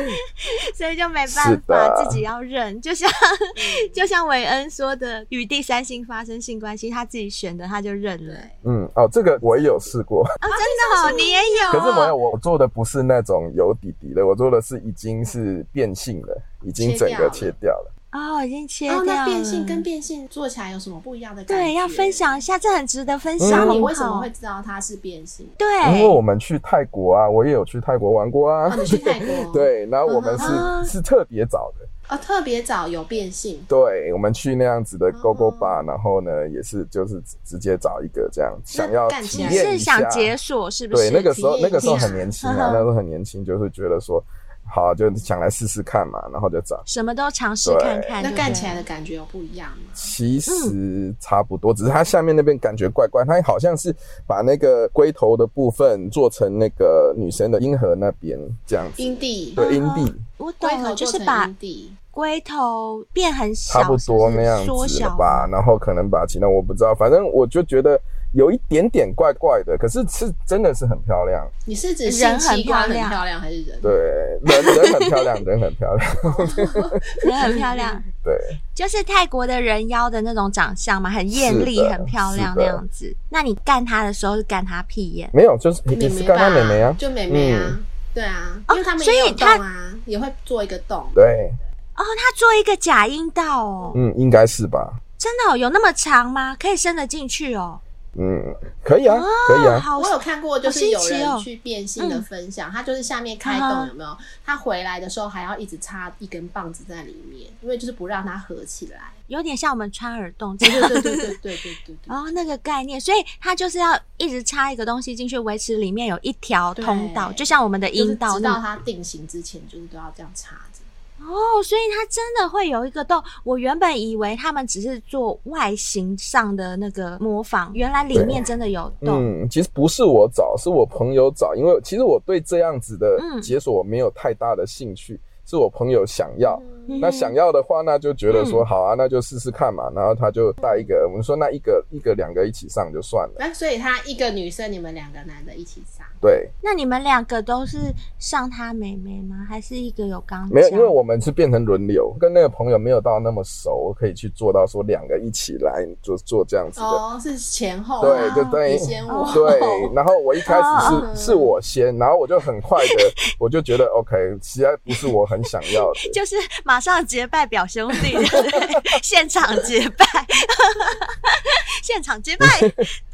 Speaker 1: 所以就没办
Speaker 4: 是
Speaker 1: 法，
Speaker 4: 的嗯
Speaker 1: 自己要认。就像 就像韦恩说的，与第三性发生性关系，他自己选的，他就认了。
Speaker 5: 对
Speaker 4: 嗯哦，这个我也有试过，
Speaker 1: 真的哦，你也有、
Speaker 4: 可是没有，
Speaker 1: 哦。
Speaker 4: 我做的不是那种有底底的，我做的是已经是变性了，已经整个切掉了。
Speaker 1: 哦，已经切掉
Speaker 5: 哦，
Speaker 1: 了。
Speaker 5: 那变性跟变性做起来有什么不一样的感觉？
Speaker 1: 对要分。享一下，这很值得分享。
Speaker 5: 那
Speaker 4: 嗯
Speaker 1: 好
Speaker 5: 你
Speaker 1: 不
Speaker 5: 为什么
Speaker 1: 好
Speaker 5: 会知道它是变性？
Speaker 1: 对？
Speaker 4: 因为我们去泰国啊，我也有去泰国玩过啊。，，
Speaker 5: 哦，你去泰国 啊
Speaker 4: 对，然后我们是、
Speaker 1: 嗯哼
Speaker 4: 是特别早的，
Speaker 5: 哦，特别早有变性，
Speaker 4: 对，我们去那样子的 Go Go
Speaker 5: 嗯
Speaker 4: Bar，、然后呢也是就是直直接找一个这样，想
Speaker 5: 那
Speaker 4: 要
Speaker 5: 干
Speaker 4: 体
Speaker 5: 起来
Speaker 4: 验
Speaker 1: 是
Speaker 4: 一下
Speaker 1: 想，解锁是不
Speaker 4: 对，
Speaker 1: 是？
Speaker 4: 那个时候
Speaker 5: 体验
Speaker 4: 那个时候
Speaker 5: 一下
Speaker 4: 很年轻
Speaker 1: 呵呵
Speaker 4: 啊，那时候很年轻，就是觉得
Speaker 1: 嗯
Speaker 4: 说好就想来试试看嘛，然后就找。
Speaker 1: 什么都尝试
Speaker 4: 对
Speaker 1: 看看。
Speaker 5: 那
Speaker 1: 对不
Speaker 5: 干
Speaker 1: 对
Speaker 5: 起来的感觉有不一样吗？
Speaker 4: 其实差不多，只是它下面那边感觉怪怪，它好像是把那个龟头的部分做成那个女生的阴核那边这样子，
Speaker 5: 阴蒂，
Speaker 4: 对，阴蒂，
Speaker 1: 我
Speaker 5: 龟
Speaker 1: 懂
Speaker 5: 头
Speaker 1: 了，就
Speaker 5: 做
Speaker 1: 是
Speaker 5: 成
Speaker 1: 把
Speaker 5: 阴蒂，
Speaker 1: 龟头变很小，
Speaker 4: 差不多
Speaker 1: 是
Speaker 4: 那
Speaker 1: 是
Speaker 4: 样
Speaker 1: 缩
Speaker 4: 子
Speaker 1: 小
Speaker 4: 了吧，然后可能把其他我不知道，反正我就觉得有一点点怪怪的，可是是真的是很漂亮，
Speaker 5: 你是指性器官很
Speaker 1: 人很
Speaker 5: 漂
Speaker 1: 漂亮
Speaker 5: 亮，还是人？
Speaker 4: 对，人人很漂亮，人很漂亮，
Speaker 1: 也很漂亮。
Speaker 4: 对，
Speaker 1: 就是泰国的人妖的那种长相嘛，很艳丽
Speaker 4: 是、的
Speaker 1: 很漂亮那
Speaker 4: 是的
Speaker 1: 样子。那你干他的时候是干他屁眼，
Speaker 4: 没有就是
Speaker 5: 妹
Speaker 4: 也
Speaker 5: 妹
Speaker 4: 是刚刚
Speaker 5: 吧
Speaker 4: 美眉啊，
Speaker 5: 就妹妹啊
Speaker 4: 嗯，
Speaker 5: 对啊，
Speaker 1: 哦
Speaker 5: 因为他们
Speaker 1: 所以
Speaker 5: 也有洞
Speaker 1: 他
Speaker 5: 啊，也会做一个洞。
Speaker 4: 对，
Speaker 1: 哦，它做一个假阴道哦，
Speaker 4: 嗯，应该是吧？
Speaker 1: 真的、哦、有那么长吗？可以伸得进去哦。
Speaker 4: 嗯，可以啊，可以啊，
Speaker 1: 好
Speaker 5: 哦我有看过，就是有
Speaker 1: 好
Speaker 5: 人
Speaker 1: 新奇哦嗯
Speaker 5: 去变性的分享，他就是下面开
Speaker 1: 啊哈
Speaker 5: 洞有没有？他回来的时候还要一直插一根棒子在里面，因为就是不让它合起来。
Speaker 1: 有点像我们穿耳洞这
Speaker 5: 对
Speaker 1: 样。
Speaker 5: 对对对对对对对对。
Speaker 1: 哦，那个概念，所以它就是要一直插一个东西进去，维持里面有一条
Speaker 5: 对
Speaker 1: 通道，就像我们的
Speaker 5: 就是
Speaker 1: 阴道
Speaker 5: 直
Speaker 1: 那
Speaker 5: 到
Speaker 1: 么。
Speaker 5: 它定型之前，就是都要这样插着。
Speaker 1: 哦，所以它真的会有一个洞。我原本以为他们只是做外形上的那个模仿，原来里面真的有洞。
Speaker 4: 嗯，其实不是我找，是我朋友找，因为其实我对这样子的
Speaker 1: 嗯
Speaker 4: 解锁我没有太大的兴趣，是我朋友想要。
Speaker 1: 嗯
Speaker 4: 那想要的话，那就觉得说
Speaker 1: 嗯
Speaker 4: 好啊，那就试试看嘛。然后他就带一个，我们说那一个一个两个一起上就算
Speaker 1: 嗯
Speaker 4: 了。
Speaker 5: 那所以他一个女生，你们两个男的一起上。
Speaker 4: 对，
Speaker 1: 那你们两个都是上他妹妹吗？还是一个有钢
Speaker 4: 没有，因为我们是变成轮流，跟那个朋友没有到那么熟，可以去做到说两个一起来做做这样子的。
Speaker 5: 哦，是前后啊。
Speaker 4: 对，就等于
Speaker 5: 你先我。
Speaker 4: 对，然后我一开
Speaker 1: 嗯
Speaker 4: 始
Speaker 5: 哦
Speaker 4: 是是我先，然后我就很快的， 我就觉得 OK，实在不是我很想要的。
Speaker 1: 就是马上结拜表兄弟， 对不对现场结拜，现场结 拜，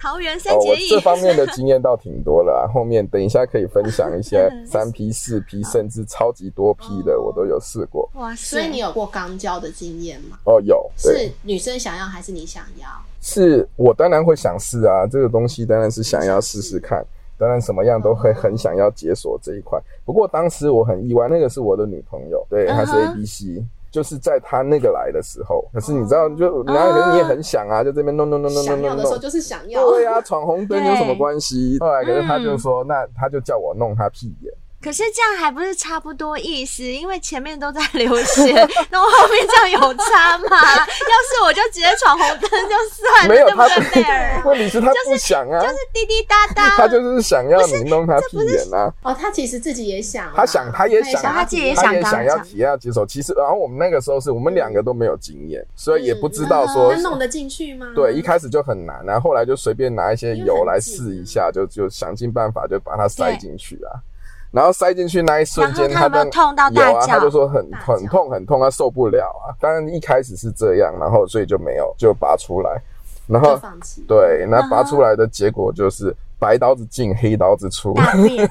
Speaker 1: 桃园三
Speaker 4: 哦，
Speaker 1: 结
Speaker 4: 我
Speaker 1: 义。
Speaker 4: 这方面的经验倒挺多了啊、 后面等一下可以分享 一些三 P、四 P，甚至超级多 P
Speaker 1: 哦
Speaker 4: 的，我都有试过。
Speaker 1: 哇塞！
Speaker 5: 所以你有过肛交的经验吗？
Speaker 4: 哦，有，对，
Speaker 5: 是女生想要还是你想要？
Speaker 4: 是我当然会想试啊，这个东西当然是想要试试看，当然什么样都会很想要解锁这一块。不过当时我很意外，那个是我的女朋友，对，
Speaker 1: 嗯
Speaker 4: 她
Speaker 1: 哼
Speaker 4: 是 A B C。就是在她那个来的时候，可是你知道，就然后可是你也很想啊，就这边弄弄弄弄弄
Speaker 5: 想要
Speaker 4: 弄
Speaker 5: 的时
Speaker 4: 弄
Speaker 5: 候，就是想要。
Speaker 4: 对啊，闯红灯有什么
Speaker 1: 对
Speaker 4: 关系？后来可是她就
Speaker 1: 嗯
Speaker 4: 说，那她就叫我弄她屁眼，
Speaker 1: 可是这样还不是差不多意思？因为前面都在流 血，那我后面这样有差吗？要是我就直接闯红灯就算了，
Speaker 4: 没有
Speaker 1: 对
Speaker 4: 他
Speaker 1: 不对，贝 尔？
Speaker 4: 问题是他不想啊，
Speaker 1: 就是滴滴答答，
Speaker 4: 他就是想要你弄他屁眼啊，
Speaker 5: 哦，他其实自己也想啊，
Speaker 4: 他想他也想
Speaker 1: 他自己也
Speaker 4: 他也
Speaker 1: 想当
Speaker 4: 想要
Speaker 1: 场
Speaker 4: 体验要接受。其实，然后我们那个时候是我们两个都没有经验，所以也不知道说
Speaker 1: 嗯
Speaker 5: 那。弄得进去吗？
Speaker 4: 对，一开始就很难，然后后来就随便拿一些油来试一下，就就想尽办法就把它塞进去啊。然后塞进去那一瞬间，
Speaker 1: 然后他有没有
Speaker 4: 的
Speaker 1: 痛到大
Speaker 4: 有啊，
Speaker 1: 叫
Speaker 4: 他就说很
Speaker 5: 大叫
Speaker 4: 很痛很痛，他受不了啊。当然一开始是这样，然后所以就没有就拔出来，然后
Speaker 5: 就放弃。
Speaker 4: 对，那
Speaker 1: 啊
Speaker 4: 拔出来的结果就是白刀子进，黑刀子出。
Speaker 1: 大便。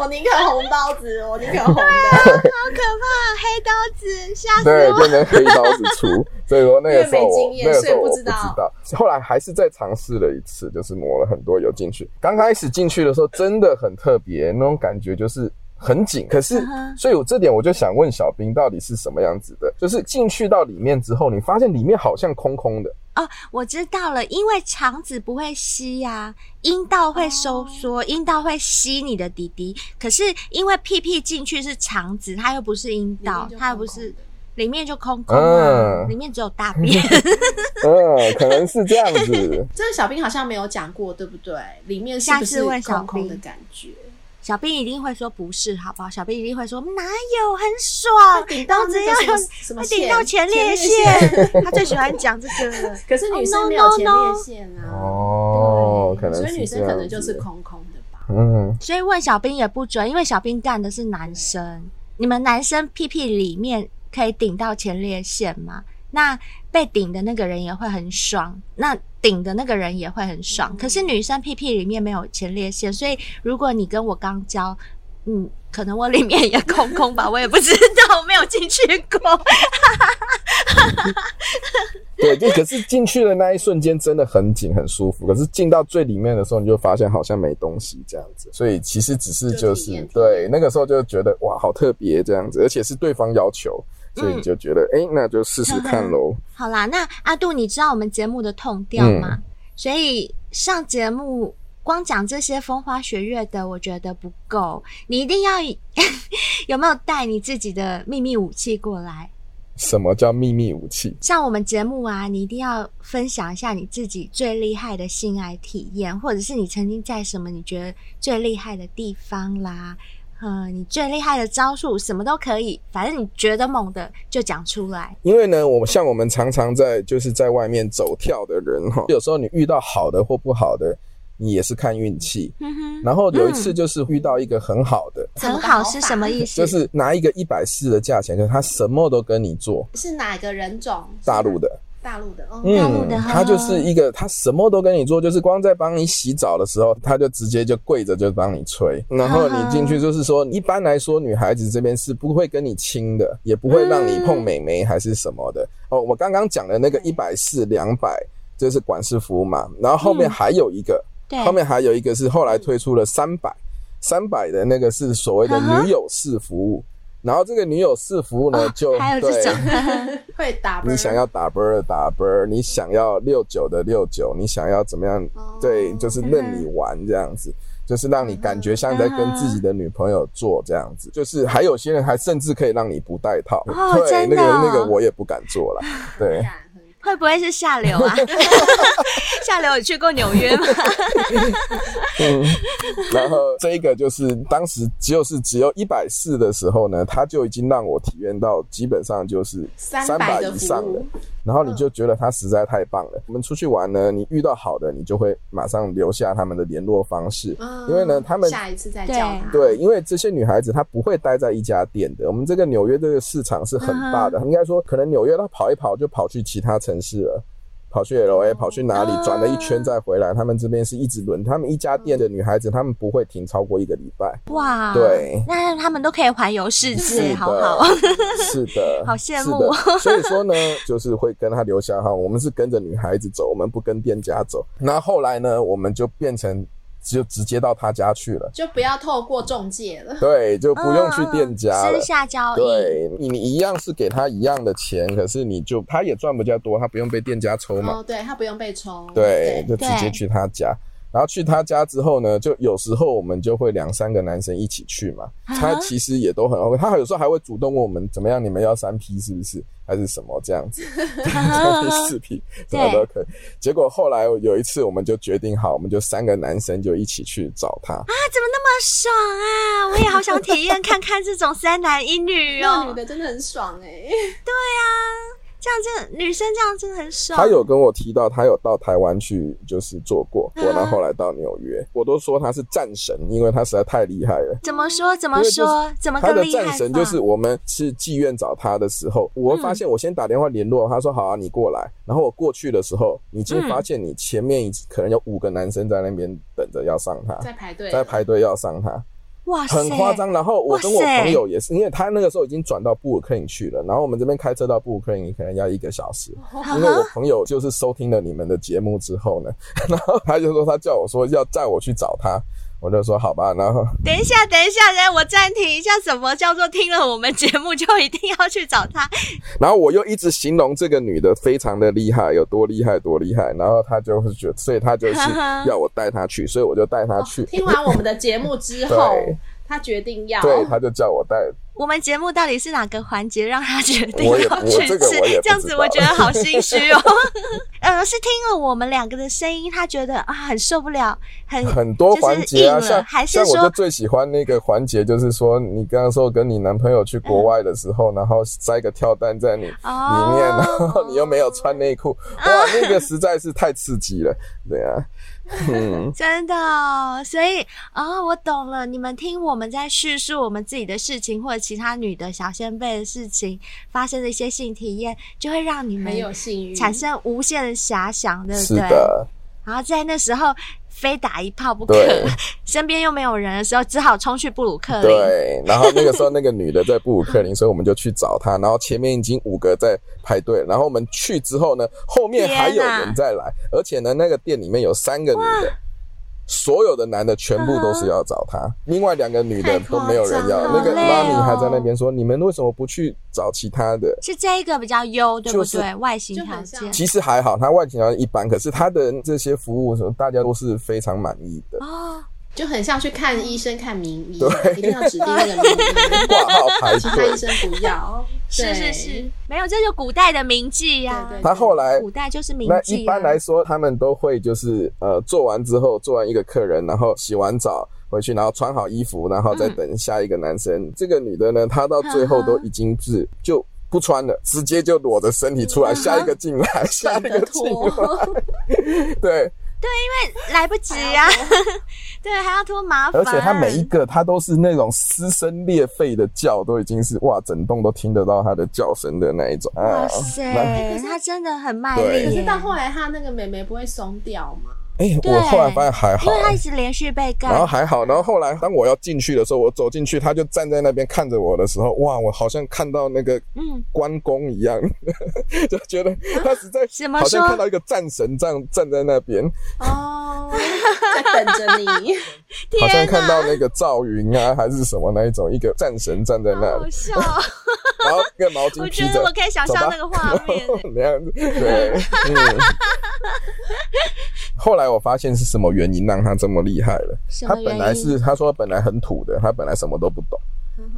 Speaker 5: 我宁可红刀子，我宁可红的，
Speaker 1: 好可怕，黑刀子吓死
Speaker 4: 对，
Speaker 1: 我！
Speaker 4: 变成黑刀子出， 所以说那个时
Speaker 5: 因
Speaker 4: 候
Speaker 5: 为
Speaker 4: 我
Speaker 5: 没经验
Speaker 4: 那个时
Speaker 5: 所以
Speaker 4: 候我
Speaker 5: 不
Speaker 4: 不
Speaker 5: 知
Speaker 4: 知
Speaker 5: 道
Speaker 4: 道，后来还是再尝试了一次，就是抹了很多油进去。刚开始进去的时候真的很特别，那种感觉就是很紧。可是
Speaker 1: 嗯哼，
Speaker 4: 所以我这点我就想问小兵，到底是什么样子的？就是进去到里面之后，你发现里面好像空空的，
Speaker 1: 哦，我知道了，因为肠子不会吸呀、阴道会收
Speaker 5: 哦
Speaker 1: 缩，阴、道会吸你的滴滴。可是因为屁屁进去是肠子，它又不是阴
Speaker 4: 啊
Speaker 1: 道，它又不是里面就空空啊，
Speaker 4: 嗯
Speaker 1: 里面只有大便。
Speaker 4: 嗯，可能是这样 子。
Speaker 5: 这个小兵好像没有讲过，对不对？里面是不是空空的感觉？
Speaker 1: 小兵一定会说不是，好不好？小兵一定会说哪有，很爽，
Speaker 5: 顶到
Speaker 1: 只
Speaker 5: 那
Speaker 1: 要
Speaker 5: 个
Speaker 1: 有
Speaker 5: 什么
Speaker 1: 会
Speaker 5: 什么
Speaker 1: 顶到前列
Speaker 5: 前列嗯
Speaker 1: 腺，他最喜欢讲这个了。
Speaker 5: 可是女生没有
Speaker 1: Oh, no,
Speaker 5: 前
Speaker 1: no,
Speaker 5: 列
Speaker 1: no
Speaker 5: 腺啊，
Speaker 4: 哦，可能
Speaker 5: 所以女
Speaker 4: 是这
Speaker 5: 生
Speaker 4: 样
Speaker 5: 可
Speaker 4: 子。
Speaker 5: 能就是空空的吧。
Speaker 4: 嗯，
Speaker 1: 所以问小兵也不准，因为小兵干的是男生。你们男生屁屁里面可以顶到前列腺吗？那被顶的那个人也会很爽，那顶的那个人也会很爽。可是女生屁屁里面没有前列腺，所以如果你跟我刚交，嗯，可能我里面也空空吧，我也不知道， 我没有进去过。
Speaker 4: 对，就可是进去的那一瞬间真的很紧很舒服，可是进到最里面的时候，你就发现好像没东西这样子，所以其实只是就
Speaker 5: 就体
Speaker 4: 是
Speaker 5: 验
Speaker 4: 对那个时候就觉得哇好特别这样子，而且是对方要求，所以你就觉得哎、诶那就试试看喽。
Speaker 1: 好啦，那阿杜，你知道我们节目的痛调吗？所以上节目光讲这些风花雪月的，我觉得不够，你一定要以 有没有带你自己的秘密武器过来？
Speaker 4: 什么叫秘密武器？
Speaker 1: 像我们节目啊，你一定要分享一下你自己最厉害的性爱体验，或者是你曾经在什么你觉得最厉害的地方啦，嗯，你最厉害的招数什么都可以，反正你觉得猛的就讲出来。
Speaker 4: 因为呢，我像我们常常在就是在外面走跳的人哈，有时候你遇到好的或不好的，你也是看运气。
Speaker 1: 嗯
Speaker 4: 然后有一次就是遇到一个很好的，
Speaker 1: 哼，很好是什么意思？
Speaker 4: 就是拿一个一百四的价钱，就是他什么都跟你做，
Speaker 5: 是哪个人种？
Speaker 4: 大陆的，
Speaker 5: 大陆的，嗯，
Speaker 1: 大陆的哈
Speaker 4: 他就是一个他什么都跟你做，就是光在帮你洗澡的时候，他就直接就跪着就帮你吹，然后你进去就是说，一般来说女孩子这边是不会跟你亲的，也不会让你碰美眉还是什
Speaker 1: 嗯
Speaker 4: 么的。哦，我刚刚讲的那个一百四两百，这是管氏服务嘛，然后后
Speaker 1: 嗯哎
Speaker 4: 面还有一个，
Speaker 1: 对，
Speaker 4: 后面还有一个是后来推出了三百，三百的那个是所谓的
Speaker 1: 嗯哼
Speaker 4: 女友式服务，然后这个女友式服务呢
Speaker 1: 哦
Speaker 4: 就
Speaker 1: 还有这
Speaker 4: 对
Speaker 1: 种，
Speaker 5: 会打啵
Speaker 4: 你想要打啵儿的打啵儿，你想要六九的六九，你想要怎么样？
Speaker 5: 哦
Speaker 4: 对，就是
Speaker 1: 嗯
Speaker 4: 任
Speaker 1: 哼
Speaker 4: 你玩这样子，就是让你感觉像在跟自己的女朋友做这样子。就是还有些人还甚至可以让你不戴套，
Speaker 1: 哦
Speaker 4: 对，
Speaker 1: 真的
Speaker 4: 那个
Speaker 1: 哦
Speaker 4: 那个我也不敢做了。 对，
Speaker 5: 敢很
Speaker 1: 会不会是下流 啊？下流，有去过纽约吗？
Speaker 4: 嗯，然后这个就是当时只有是只有一百四的时候呢，他就已经让我体验到基本上就是三百
Speaker 5: 300的
Speaker 4: 以
Speaker 5: 服务
Speaker 4: 上的，然后你就觉得他实在太棒了。我们出去玩呢，你遇到好的，你就会马上留下他们的联络方式，
Speaker 5: 嗯
Speaker 4: 因为呢，他们
Speaker 5: 下一次再叫他，
Speaker 4: 对，因为这些女孩子她不会待在一家店的。我们这个纽约这个市场是很大的，应该说可能纽约她跑一跑就跑去其他城市了。跑去 L A，跑去哪里，转了一圈再回来。他们这边是一直轮，他们一家店的女孩子，她们不会停超过一个礼拜。
Speaker 1: 哇，
Speaker 4: 对，
Speaker 1: 那他们都可以环游世界，
Speaker 4: 是
Speaker 1: 好
Speaker 4: 的
Speaker 1: 好。
Speaker 4: 是 的，
Speaker 1: 好羡
Speaker 4: 是
Speaker 1: 慕哦
Speaker 4: 的所以说呢，就是会跟他留下哈，我们是跟着女孩子走，我们不跟店家走。那后来呢，我们就变成就直接到他家去了，
Speaker 5: 就不要透过中介了。
Speaker 4: 对，就不用
Speaker 1: 嗯
Speaker 4: 去店家了。
Speaker 1: 私下交易，
Speaker 4: 对你，你一样是给他一样的钱，可是你就他也赚不较多，他不用被店家抽嘛，
Speaker 5: 哦，对他不用被抽，
Speaker 4: 对，就
Speaker 1: 对
Speaker 4: 直接去他家。然后去他家之后呢，就有时候我们就会两三个男生一起去嘛，
Speaker 1: 啊
Speaker 4: 他其实也都很 OK，他有时候还会主动问我们怎么样，你们要三 P 是不是，还是什么这样子，
Speaker 1: 啊
Speaker 4: 三 P 四 P 什么都可以。结果后来有一次我们就决定好，我们就三个男生就一起去找他，
Speaker 1: 啊，怎么那么爽啊！我也好想体验看看这种三男一女
Speaker 5: 那
Speaker 1: 哦
Speaker 5: 女，的真的很爽哎，
Speaker 1: 这样真的女生这样真的很爽。
Speaker 4: 他有跟我提到，他有到台湾去就是做过，
Speaker 1: 啊
Speaker 4: 我然后后来到纽约，我都说他是战神，因为他实在太厉害了。
Speaker 1: 怎么说？怎
Speaker 4: 因
Speaker 1: 么
Speaker 4: 为就是
Speaker 1: 说？怎么
Speaker 4: 他
Speaker 1: 个
Speaker 4: 的
Speaker 1: 厉害嗯
Speaker 4: 战
Speaker 1: 法？
Speaker 4: 神就是我们是妓院找他的时候，我发现我先打电话联络，他说好啊，你过来。然后我过去的时候，已
Speaker 1: 嗯
Speaker 4: 经发现你前面已可能有五个男生在那边等着要上他，
Speaker 5: 在排队，
Speaker 4: 在排队要上他。
Speaker 1: 哇塞，
Speaker 4: 很夸张。然后我跟我
Speaker 1: 哇塞
Speaker 4: 朋友也是，因为他那个时候已经转到布鲁克林去了，然后我们这边开车到布鲁克林可能要一个小时。
Speaker 1: 啊
Speaker 4: 因为我朋友就是收听了你们的节目之后呢， 然后他就说他叫我说要载我去找他，我就说好吧，然后
Speaker 1: 等一下，等一下，来，我暂停一下。什么叫做听了我们节目就一定要去找他？
Speaker 4: 然后我又一直形容这个女的非常的厉害，有多厉害多厉害，然后他就是觉得，所以他就是要我带他去，所以我就带他去，
Speaker 5: 听完我们的节目之后
Speaker 4: 对，
Speaker 5: 他决定要
Speaker 4: 对，他就叫我带
Speaker 1: 我们节目到底是哪个环节让他决定
Speaker 4: 我也
Speaker 1: 要
Speaker 4: 我
Speaker 1: 去吃？
Speaker 4: 这个我也不知道
Speaker 1: 样子我觉得好心虚哦。 呃，是听了我们两个的声音，他觉得啊很受不了，很
Speaker 4: 很多环节啊，
Speaker 1: 就是硬了
Speaker 4: 像
Speaker 1: 还是
Speaker 4: 像我
Speaker 1: 说
Speaker 4: 就最喜欢那个环节，就是说你刚刚说跟你男朋友去国外的时候，然后塞个跳蛋在你里面，
Speaker 1: 哦
Speaker 4: 然后你又没有穿内裤，哇，那个实在是太刺激了，对啊，嗯，
Speaker 1: 真的哦，所以哦，我懂了。你们听我们在叙述我们自己的事情，或者其他女的小先辈的事情发生的一些性体验，就会让你们
Speaker 5: 很有幸运，
Speaker 1: 产生无限的遐想，对不
Speaker 4: 是
Speaker 1: 对？
Speaker 4: 的，
Speaker 1: 然后在那时候非打一炮不可
Speaker 4: 对，
Speaker 1: 身边又没有人的时候，只好冲去布鲁克林。
Speaker 4: 对。然后那个时候那个女的在布鲁克林，所以我们就去找她，然后前面已经五个在排队，然后我们去之后呢，后面还有
Speaker 1: 天哪
Speaker 4: 人再来，而且呢，那个店里面有三个女的。所有的男的全部都是要找她，另外两个女
Speaker 5: 太
Speaker 4: 的
Speaker 5: 夸
Speaker 4: 都没有人要。
Speaker 5: 张
Speaker 1: 了
Speaker 4: 那个
Speaker 1: 好累
Speaker 4: 妈
Speaker 1: 哦
Speaker 4: 咪还在那边说：“你们为什么不去找其他的？”
Speaker 1: 是这一个比较优，对不对？
Speaker 4: 就是
Speaker 1: 外形条
Speaker 5: 就
Speaker 1: 件
Speaker 5: 很
Speaker 4: 其实还好，她外形条件一般，可是她的这些服务什么，大家都是非常满意的。
Speaker 1: 哦，
Speaker 5: 就很像去看医生看名医
Speaker 4: 对，
Speaker 5: 一定要指定那个名医，
Speaker 4: 挂号排
Speaker 5: 其他
Speaker 4: 队
Speaker 5: 医，生不要，
Speaker 1: 是
Speaker 5: 对
Speaker 1: 是是，，没有，这就古代的名妓呀、
Speaker 5: 对对
Speaker 4: 她后来
Speaker 1: 古代就是名
Speaker 4: 那
Speaker 1: 妓、啊。
Speaker 4: 一般来说，他们都会就是呃做完之后，做完一个客人，然后洗完澡，回去，然后穿好衣服，然后再
Speaker 1: 嗯
Speaker 4: 等下一个男生。这个女的呢，她到最后都已经是就不穿了，直接就裸着身体出
Speaker 1: 啊
Speaker 4: 来，下一个进来，下
Speaker 5: 懒
Speaker 4: 一个
Speaker 5: 得
Speaker 4: 进
Speaker 5: 脱，
Speaker 4: 来， 对，
Speaker 1: 来不及啊， 对，还要拖麻烦。
Speaker 4: 而且她每一个她都是那种撕声裂肺的叫，都已经是哇，整栋都听得到她的叫声的那一种啊
Speaker 1: 哇。塞，
Speaker 4: 那
Speaker 1: 可是他真的很卖
Speaker 4: 对
Speaker 5: 可
Speaker 1: 力
Speaker 5: 是
Speaker 1: 耶，
Speaker 5: 到后来他那个妹妹不会松掉吗？
Speaker 4: 哎、
Speaker 1: 对
Speaker 4: 我后来发现还
Speaker 1: 因
Speaker 4: 好、
Speaker 1: 为他一直连续被
Speaker 4: 然后
Speaker 1: 告，
Speaker 4: 还好，然后后来当我要进去的时候，我走进去，她就站在那边看着我的时候，哇，我好像看到那个
Speaker 1: 嗯，啊
Speaker 4: 关公一样， 就觉得他实在
Speaker 1: 怎么
Speaker 4: 好像
Speaker 1: 说
Speaker 4: 看到一个战神这样站在那边，
Speaker 5: 哦， 在等着 你，
Speaker 4: 好像
Speaker 1: 天
Speaker 4: 看
Speaker 1: 哪，
Speaker 4: 到那个赵云啊还是什么那一种一个战神站在那
Speaker 1: 好好
Speaker 4: 里，
Speaker 1: 笑哦，
Speaker 4: 然后一个毛巾
Speaker 1: 我
Speaker 4: 披
Speaker 1: 觉得
Speaker 4: 着
Speaker 1: 我。可以想
Speaker 4: 走
Speaker 1: 象那
Speaker 4: 吧
Speaker 1: 个画面耶。
Speaker 4: 那样子，对，嗯。 后来我发现是什么原因让他这么厉害了。
Speaker 1: 什
Speaker 4: 他
Speaker 1: 么原
Speaker 4: 本
Speaker 1: 因？嗯
Speaker 4: 来是他说本来很土的，他本来什么都不懂，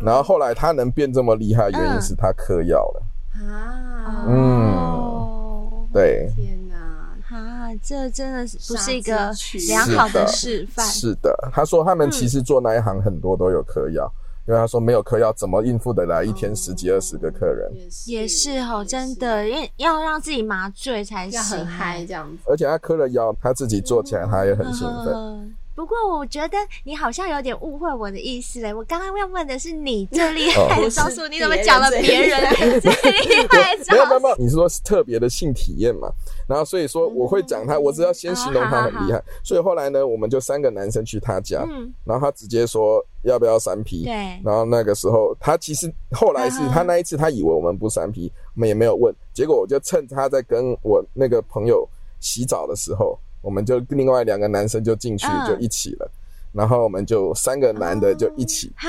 Speaker 4: 然后后来他能变这么厉害，原因是他嗑药了。
Speaker 5: 啊，
Speaker 4: 嗯，
Speaker 1: 哦，
Speaker 4: 对，
Speaker 5: 天哪！
Speaker 1: 啊，这真的是不是一
Speaker 5: 杀
Speaker 1: 个
Speaker 5: 之取
Speaker 1: 良好的
Speaker 4: 是
Speaker 1: 示范？
Speaker 4: 是的，他说他们其实做那一行很多都有嗑药，因为他说没有嗑药怎么应付得来一天十几二十个客
Speaker 1: 嗯
Speaker 4: 人，
Speaker 1: 也是哦，
Speaker 5: 也
Speaker 1: 真的，哦因为要让自己麻醉才行，啊
Speaker 5: 要很嗨这样子。
Speaker 4: 而且他嗑了药，他自己做起来他也很兴奋。
Speaker 1: 奋。 不过我觉得你好像有点误会我的意思嘞，我刚刚要问的是你最厉害的招数，你怎么讲了别人最厉 害的
Speaker 4: 哦没有没
Speaker 1: 招
Speaker 4: 有没
Speaker 1: 数？
Speaker 4: 有，你是说特别的性体验嘛？然后所以
Speaker 1: 嗯
Speaker 4: 说我会讲他，我只要先形容他很厉害。
Speaker 1: 啊
Speaker 4: 所以后来呢，我们就三个男生去他家，
Speaker 1: 嗯，
Speaker 4: 然后他直接说要不要三 P，
Speaker 1: 对，
Speaker 4: 然后那个时候，他其实后来是
Speaker 1: 嗯哼
Speaker 4: 他那一次，他以为我们不三 P，我们也没有问。结果我就趁他在跟我那个朋友洗澡的时候，我们就另外两个男生就进去
Speaker 1: 嗯哦
Speaker 4: 就一起了，然后我们就三个男的就一起
Speaker 1: 哈，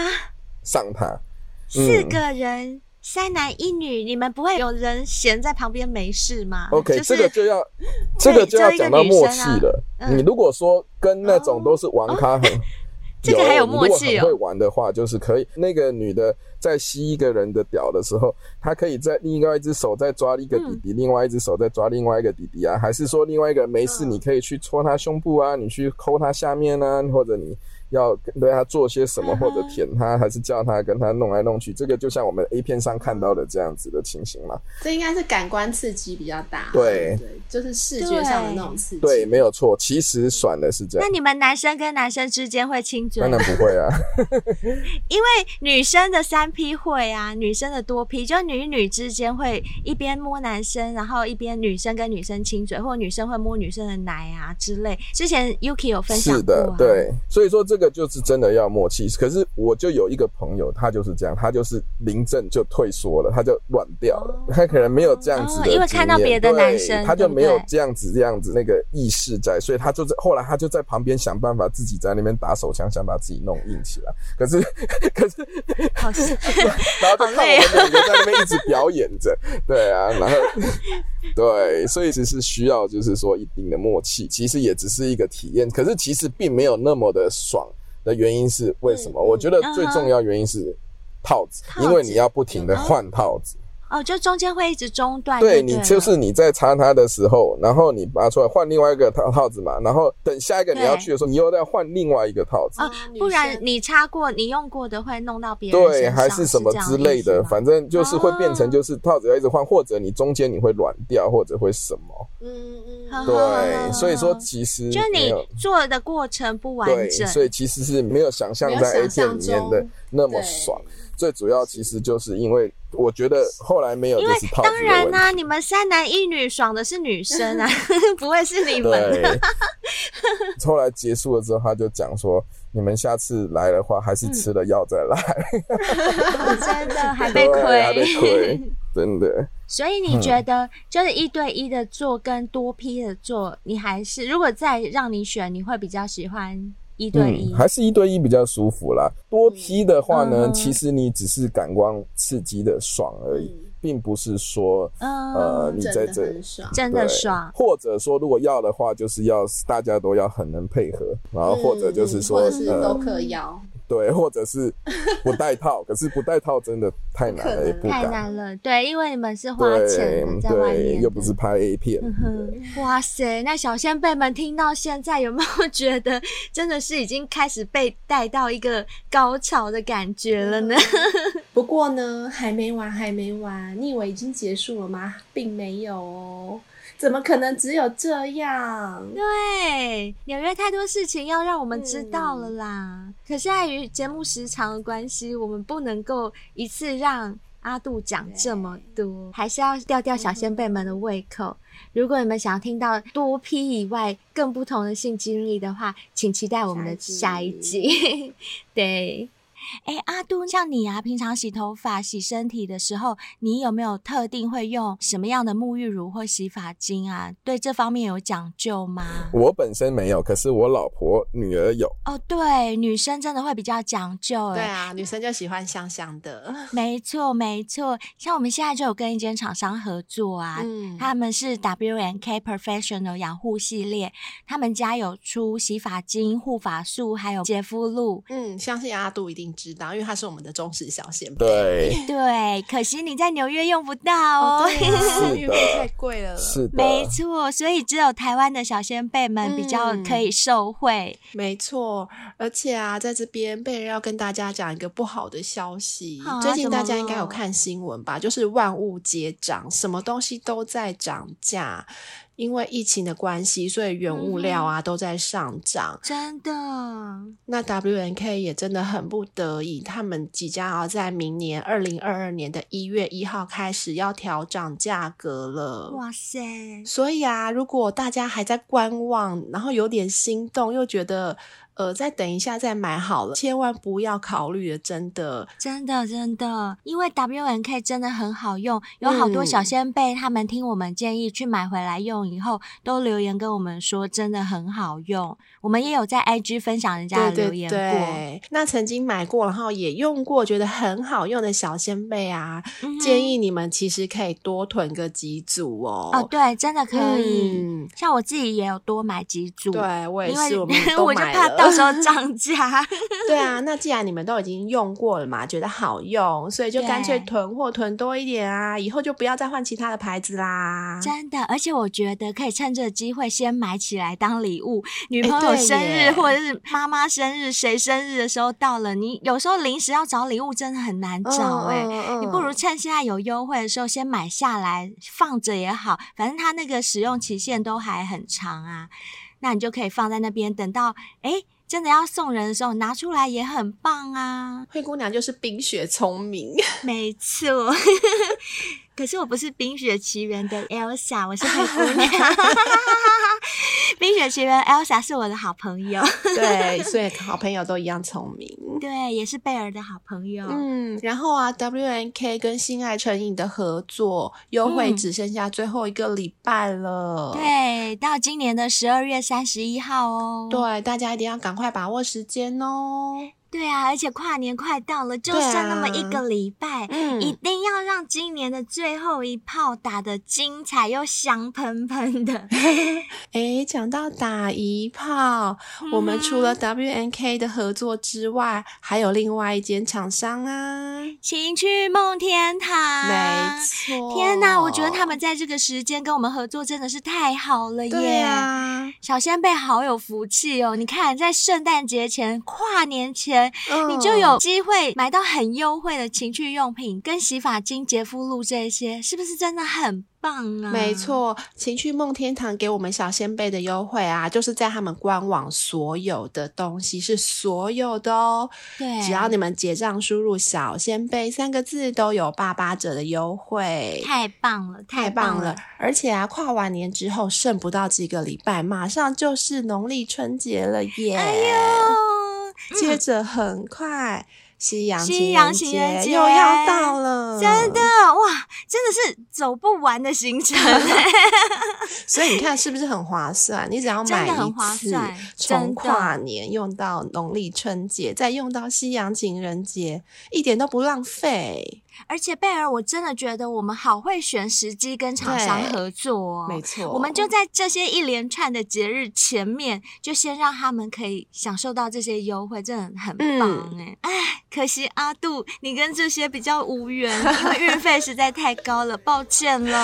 Speaker 4: 上他。
Speaker 1: 啊
Speaker 4: 嗯
Speaker 1: 四个人。三男一女，你们不会有人闲在旁边没事吗
Speaker 4: OK，
Speaker 1: 啊就
Speaker 4: 这个
Speaker 1: 是
Speaker 4: 就要这个就要
Speaker 1: 就一个
Speaker 4: 讲到
Speaker 1: 女
Speaker 4: 默
Speaker 1: 生
Speaker 4: 契
Speaker 1: 啊
Speaker 4: 了。
Speaker 1: 嗯哦
Speaker 4: 你如果说跟那种都是玩咖很。
Speaker 1: 这个还有默
Speaker 4: 你
Speaker 1: 契哦
Speaker 4: 如果很会玩的话，就是可以。那个女的在吸一个人的屌的时候，她可以在另外一只手再抓一个弟
Speaker 1: 嗯
Speaker 4: 弟，另外一只手再抓另外一个弟弟啊，还是说另外一个没事，
Speaker 5: 嗯
Speaker 4: 你可以去戳她胸部啊，你去抠她下面啊，或者你要对她做些什么，
Speaker 1: 嗯
Speaker 4: 或
Speaker 1: 哼
Speaker 4: 者舔她，还是叫她跟她弄来弄去，这个就像我们 A 片上看到的这样子的情形嘛。
Speaker 5: 这应该是感官刺激比较大，
Speaker 4: 对
Speaker 5: 对，就是视觉上的那种刺激。
Speaker 4: 对，没有错。其实爽的是这
Speaker 1: 那
Speaker 4: 样，
Speaker 1: 你们男生跟男生之间会亲嘴
Speaker 4: 当
Speaker 1: 吗
Speaker 4: 然？不会啊。
Speaker 1: 因为女生的三 P 会啊，女生的多 P，就女女之间会一边摸男生，然后一边女生跟女生亲嘴，或女生会摸女生的奶啊之类。之前 Yuki 有 分享
Speaker 4: 是
Speaker 1: 过、
Speaker 4: 的
Speaker 1: 啊，，
Speaker 4: 对，所以说这个就是真的要默契。可是我就有一个朋友，他就是这样，他就是临阵就退缩了，他就软掉了，他可能没有这样子的
Speaker 1: 哦
Speaker 4: 经验、
Speaker 1: 因为看到别的
Speaker 4: 对
Speaker 1: 男生
Speaker 4: 他就
Speaker 1: 对不
Speaker 4: 没有
Speaker 1: 对
Speaker 4: 这样子这样子那个意识在，所以他就在后来他就在旁边想办法自己在那边打手枪，想把自己弄硬起来。可是可是
Speaker 1: 好像
Speaker 4: 然后就
Speaker 1: 好
Speaker 4: 看我们
Speaker 1: 累
Speaker 4: 两
Speaker 1: 哦
Speaker 4: 个在那边一直表演着，对啊，然后对，所以只是需要就是说一定的默契，其实也只是一个体验，可是其实并没有那么的爽的原因是为什么？
Speaker 1: 嗯
Speaker 4: 我觉得最重要原因是套子，
Speaker 1: 套子
Speaker 4: 因为你要不停的换套子，
Speaker 1: 哦，就中间会一直中断就
Speaker 4: 对
Speaker 1: 啊对
Speaker 4: 你
Speaker 1: 了
Speaker 4: 就是你在插它的时候，然后你拔出来换另外一个套套子嘛，然后等下一个你要
Speaker 1: 对
Speaker 4: 去的时候，你又再换另外一个套子。
Speaker 1: 哦，不然你插过你用过的会弄到别人
Speaker 4: 对，
Speaker 1: 身上
Speaker 4: 还是什么
Speaker 1: 这样
Speaker 4: 之类
Speaker 1: 意思
Speaker 4: 的，
Speaker 1: 吗
Speaker 4: 反正就是会变成
Speaker 1: 啊
Speaker 4: 就是套子要一直换，或者你中间你会软掉，或者会什么。
Speaker 5: 嗯嗯
Speaker 1: 好
Speaker 5: 嗯，
Speaker 1: 好
Speaker 4: 对，啊所以说其实
Speaker 1: 哦就
Speaker 4: 没
Speaker 1: 你
Speaker 4: 有
Speaker 1: 做的过程不完
Speaker 4: 对，
Speaker 1: 整，
Speaker 4: 所以其实是没有想象
Speaker 5: 没有
Speaker 4: 在 A
Speaker 5: 想象
Speaker 4: 片里面的
Speaker 5: 中
Speaker 4: 那么
Speaker 5: 对
Speaker 4: 爽。最主要其实就是因为我觉得后来没有
Speaker 1: 因
Speaker 4: 就
Speaker 1: 为
Speaker 4: 是套子
Speaker 1: 当然
Speaker 4: 的问
Speaker 1: 啦、
Speaker 4: 题。
Speaker 1: 你们三男一女爽的是女生啊， 不会是你们。
Speaker 4: 对，后来结束了之后，他就讲说：“你们下次来的话，还是
Speaker 1: 嗯
Speaker 4: 吃了药再来。
Speaker 1: 真的还被
Speaker 4: 对，
Speaker 1: 亏，
Speaker 4: 还被亏，真的。
Speaker 1: 所以你
Speaker 4: 嗯
Speaker 1: 觉得就是一对一的做跟多批的做，你还是如果再让你选，你会比较喜欢一对一？
Speaker 4: 嗯，还是一对一比较舒服啦。多批的话呢，
Speaker 1: 嗯
Speaker 4: 其实你只是感官刺激的爽而已，
Speaker 5: 嗯
Speaker 4: 并不是说
Speaker 1: 嗯，
Speaker 4: 呃你在
Speaker 5: 真的
Speaker 4: 这
Speaker 5: 很爽。
Speaker 1: 真
Speaker 4: 对
Speaker 1: 的爽。
Speaker 4: 或者说如果要的
Speaker 1: 嗯
Speaker 4: 话，就是要大家都要很能配合，然后或者就是
Speaker 5: 嗯或
Speaker 4: 说、
Speaker 5: 者是都哦
Speaker 4: 呃
Speaker 5: 嗑药，
Speaker 4: 对，或者是不戴套， 可是不戴套真的太难了，也
Speaker 5: 不可
Speaker 4: 不
Speaker 5: 能
Speaker 1: 太
Speaker 4: 敢。
Speaker 1: 难了，对，因为你们是花
Speaker 4: 对
Speaker 1: 钱的在外
Speaker 4: 对，
Speaker 1: 面，嗯
Speaker 4: 又不是。拍 A 片，
Speaker 1: 哇塞！那小先辈们听到现在，有没有觉得真的是已经开始被带到一个高潮的感觉了呢？
Speaker 5: 不过呢，还没完，还没完，你以为已经结束了吗？并没有哦，怎么可能只有这样？
Speaker 1: 对，纽约太多事情要让我们知道
Speaker 5: 嗯
Speaker 1: 了啦。可是碍于节目时长的关系，我们不能够一次让阿杜讲这么多，还是要吊吊小
Speaker 5: 嗯
Speaker 1: 先辈们的胃口。如果你们想要听到多批以外更不同的性经历的话，请期待我们的下
Speaker 5: 下
Speaker 1: 一
Speaker 5: 一
Speaker 1: 集。 对，哎，阿杜，像你啊，平常洗头发、洗身体的时候，你有没有特定会用什么样的沐浴乳或洗发精啊？对这方面有讲究吗？
Speaker 4: 我本身没有，可是我老婆女儿有。
Speaker 1: 哦，对，女生真的会比较讲究、
Speaker 2: 对
Speaker 1: 哎、
Speaker 2: 啊，女生就喜欢香香的。
Speaker 1: 没错，没错。像我们现在就有跟一间厂商合作啊，
Speaker 2: 嗯，
Speaker 1: 他们是 W N K Professional 养护系列，他们家有出洗发精、护发素，还有洁肤露。
Speaker 2: 嗯，相信阿杜一定知道，因为他是我们的忠实小先辈。
Speaker 4: 对，
Speaker 1: 对，可惜你在纽约用不到哦。
Speaker 2: 对啊，
Speaker 4: 是
Speaker 2: 玉
Speaker 4: 的
Speaker 2: 太贵了。
Speaker 4: 是的，
Speaker 1: 没错，所以只有台湾的小先辈们比较可
Speaker 2: 嗯
Speaker 1: 以受惠。
Speaker 2: 没错，而且啊，在这边贝尔要跟大家讲一个不好的消息。
Speaker 1: 啊
Speaker 2: 最近大家
Speaker 1: 怎么了
Speaker 2: 应该有看新闻吧？就是万物皆涨，什么东西都在涨价。因为疫情的关系，所以原物
Speaker 1: 嗯
Speaker 2: 料啊、都在上涨。
Speaker 1: 真的，
Speaker 2: 那 W N K 也真的很不得已，他们即将要在明年二零二二年的一月一号开始要调涨价格了。
Speaker 1: 哇塞！
Speaker 2: 所以啊，如果大家还在观望，然后有点心动，又觉得呃再等一下再买好了，千万不要考虑了，真的。
Speaker 1: 真的，真的，因为 W N K 真的很好用，有好多
Speaker 2: 嗯
Speaker 1: 小先辈他们听我们建议去买回来用以后，都留言跟我们说真的很好用。我们也有在 I G 分享人家的
Speaker 2: 对
Speaker 1: 留言
Speaker 2: 对
Speaker 1: 过，
Speaker 2: 对，那曾经买过，然后也用过，觉得很好用的小仙贝啊，
Speaker 1: 嗯哼
Speaker 2: 建议你们其实可以多囤个几组哦。
Speaker 1: 哦，对，真的可以。
Speaker 2: 嗯
Speaker 1: 像我自己也有多买几组，
Speaker 2: 对我也
Speaker 1: 因为
Speaker 2: 是，我们都
Speaker 1: 我就
Speaker 2: 买
Speaker 1: 怕
Speaker 2: 了
Speaker 1: 到时候涨价。
Speaker 2: 对啊，那既然你们都已经用过了嘛，觉得好用，所以就干脆
Speaker 1: 对
Speaker 2: 囤货囤多一点啊，以后就不要再换其他的牌子啦。
Speaker 1: 真的，而且我觉得可以趁这个机会先买起来当礼物。女
Speaker 2: 哎
Speaker 1: 朋友
Speaker 2: 对
Speaker 1: 生日
Speaker 2: 耶
Speaker 1: 或者是妈妈生日，谁生日的时候到了，你有时候临时要找礼物真的很
Speaker 2: 嗯
Speaker 1: 难找哎、你不如趁现在有优惠的时候先买下来，放着也好，反正它那个使用期限都还很长啊，那你就可以放在那边，等到哎真的要送人的时候拿出来也很棒啊，
Speaker 2: 灰姑娘就是冰雪聪 明，
Speaker 1: 没错。 可是我不是《冰雪奇缘》的 Elsa，我是灰姑娘。 《冰雪奇缘》Elsa 是我的好朋友，
Speaker 2: 对，所以好朋友都一样聪明。
Speaker 1: 对，也是贝尔的好朋友。
Speaker 2: 嗯，然后啊，W N K 跟性爱成瘾的合作优惠
Speaker 1: 嗯
Speaker 2: 只剩下最后一个礼拜了。
Speaker 1: 对，到今年的十二月三十一号哦。
Speaker 2: 对，大家一定要赶快把握时间哦。
Speaker 1: 对啊，而且跨年快到了，就
Speaker 2: 对
Speaker 1: 剩
Speaker 2: 啊
Speaker 1: 那么一个礼拜，一
Speaker 2: 嗯，
Speaker 1: 定要让今年的最后一炮打得精彩又香喷喷的。
Speaker 2: 诶，讲到打一炮，我们除
Speaker 1: 嗯
Speaker 2: 了 W N K 的合作之外，还有另外一间厂商啊。
Speaker 1: 情趣梦天堂，
Speaker 2: 没错。
Speaker 1: 啊天哪，我觉
Speaker 2: 哦
Speaker 1: 得他们在这个时间跟我们合作真的是太好了耶！
Speaker 2: 对啊，
Speaker 1: 小仙贝好有福气哦！你看，在圣诞节前、跨年前，
Speaker 2: 嗯
Speaker 1: 你就有机会买到很优惠的情趣用品，跟洗发精、洁肤露这一些，是不是真的很棒啊？
Speaker 2: 没，错，情趣梦天堂给我们小先辈的优惠啊，就是在他们官网所有的东西是所有的哦，
Speaker 1: 对，
Speaker 2: 只要你们结账输入“小先辈”三个字，都有八八折的优惠。
Speaker 1: 太棒了，
Speaker 2: 太
Speaker 1: 棒
Speaker 2: 棒了！而且啊，跨完年之后剩不到几个礼拜，马上就是农历春节了耶！
Speaker 1: 哎呦，
Speaker 2: 接着很快西洋
Speaker 1: 西洋
Speaker 2: 情
Speaker 1: 情人
Speaker 2: 节
Speaker 1: 节
Speaker 2: 又要到了，
Speaker 1: 真的
Speaker 2: 嗯
Speaker 1: 哇，真的是走不完的行 程、欸
Speaker 2: 所以你看是不是很划算？你只要
Speaker 1: 真
Speaker 2: 买
Speaker 1: 的很
Speaker 2: 一
Speaker 1: 划
Speaker 2: 次
Speaker 1: 算，
Speaker 2: 从
Speaker 1: 真的
Speaker 2: 跨年用到农历春节，再用到西洋情人节，一点都不浪费。
Speaker 1: 而且贝尔，我真的觉得我们好会选时机跟厂商
Speaker 2: 对
Speaker 1: 合作、哦，
Speaker 2: 没错，
Speaker 1: 我们就在这些一连串的节日前面，就先让他们可以享受到这些优惠，真的很
Speaker 2: 嗯
Speaker 1: 棒哎、哎、可惜阿杜，你跟这些比较无缘，因为运费实在太高了，抱歉喽。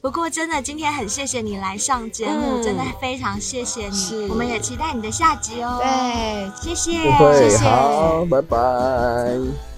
Speaker 1: 不过真的今天很谢谢你来上节目，
Speaker 2: 嗯
Speaker 1: 真的非常谢谢
Speaker 2: 是
Speaker 1: 你。我们也期待你的下集哦。，谢
Speaker 2: 对
Speaker 1: 谢，
Speaker 4: 不会
Speaker 1: 谢，谢。
Speaker 4: 好，拜拜。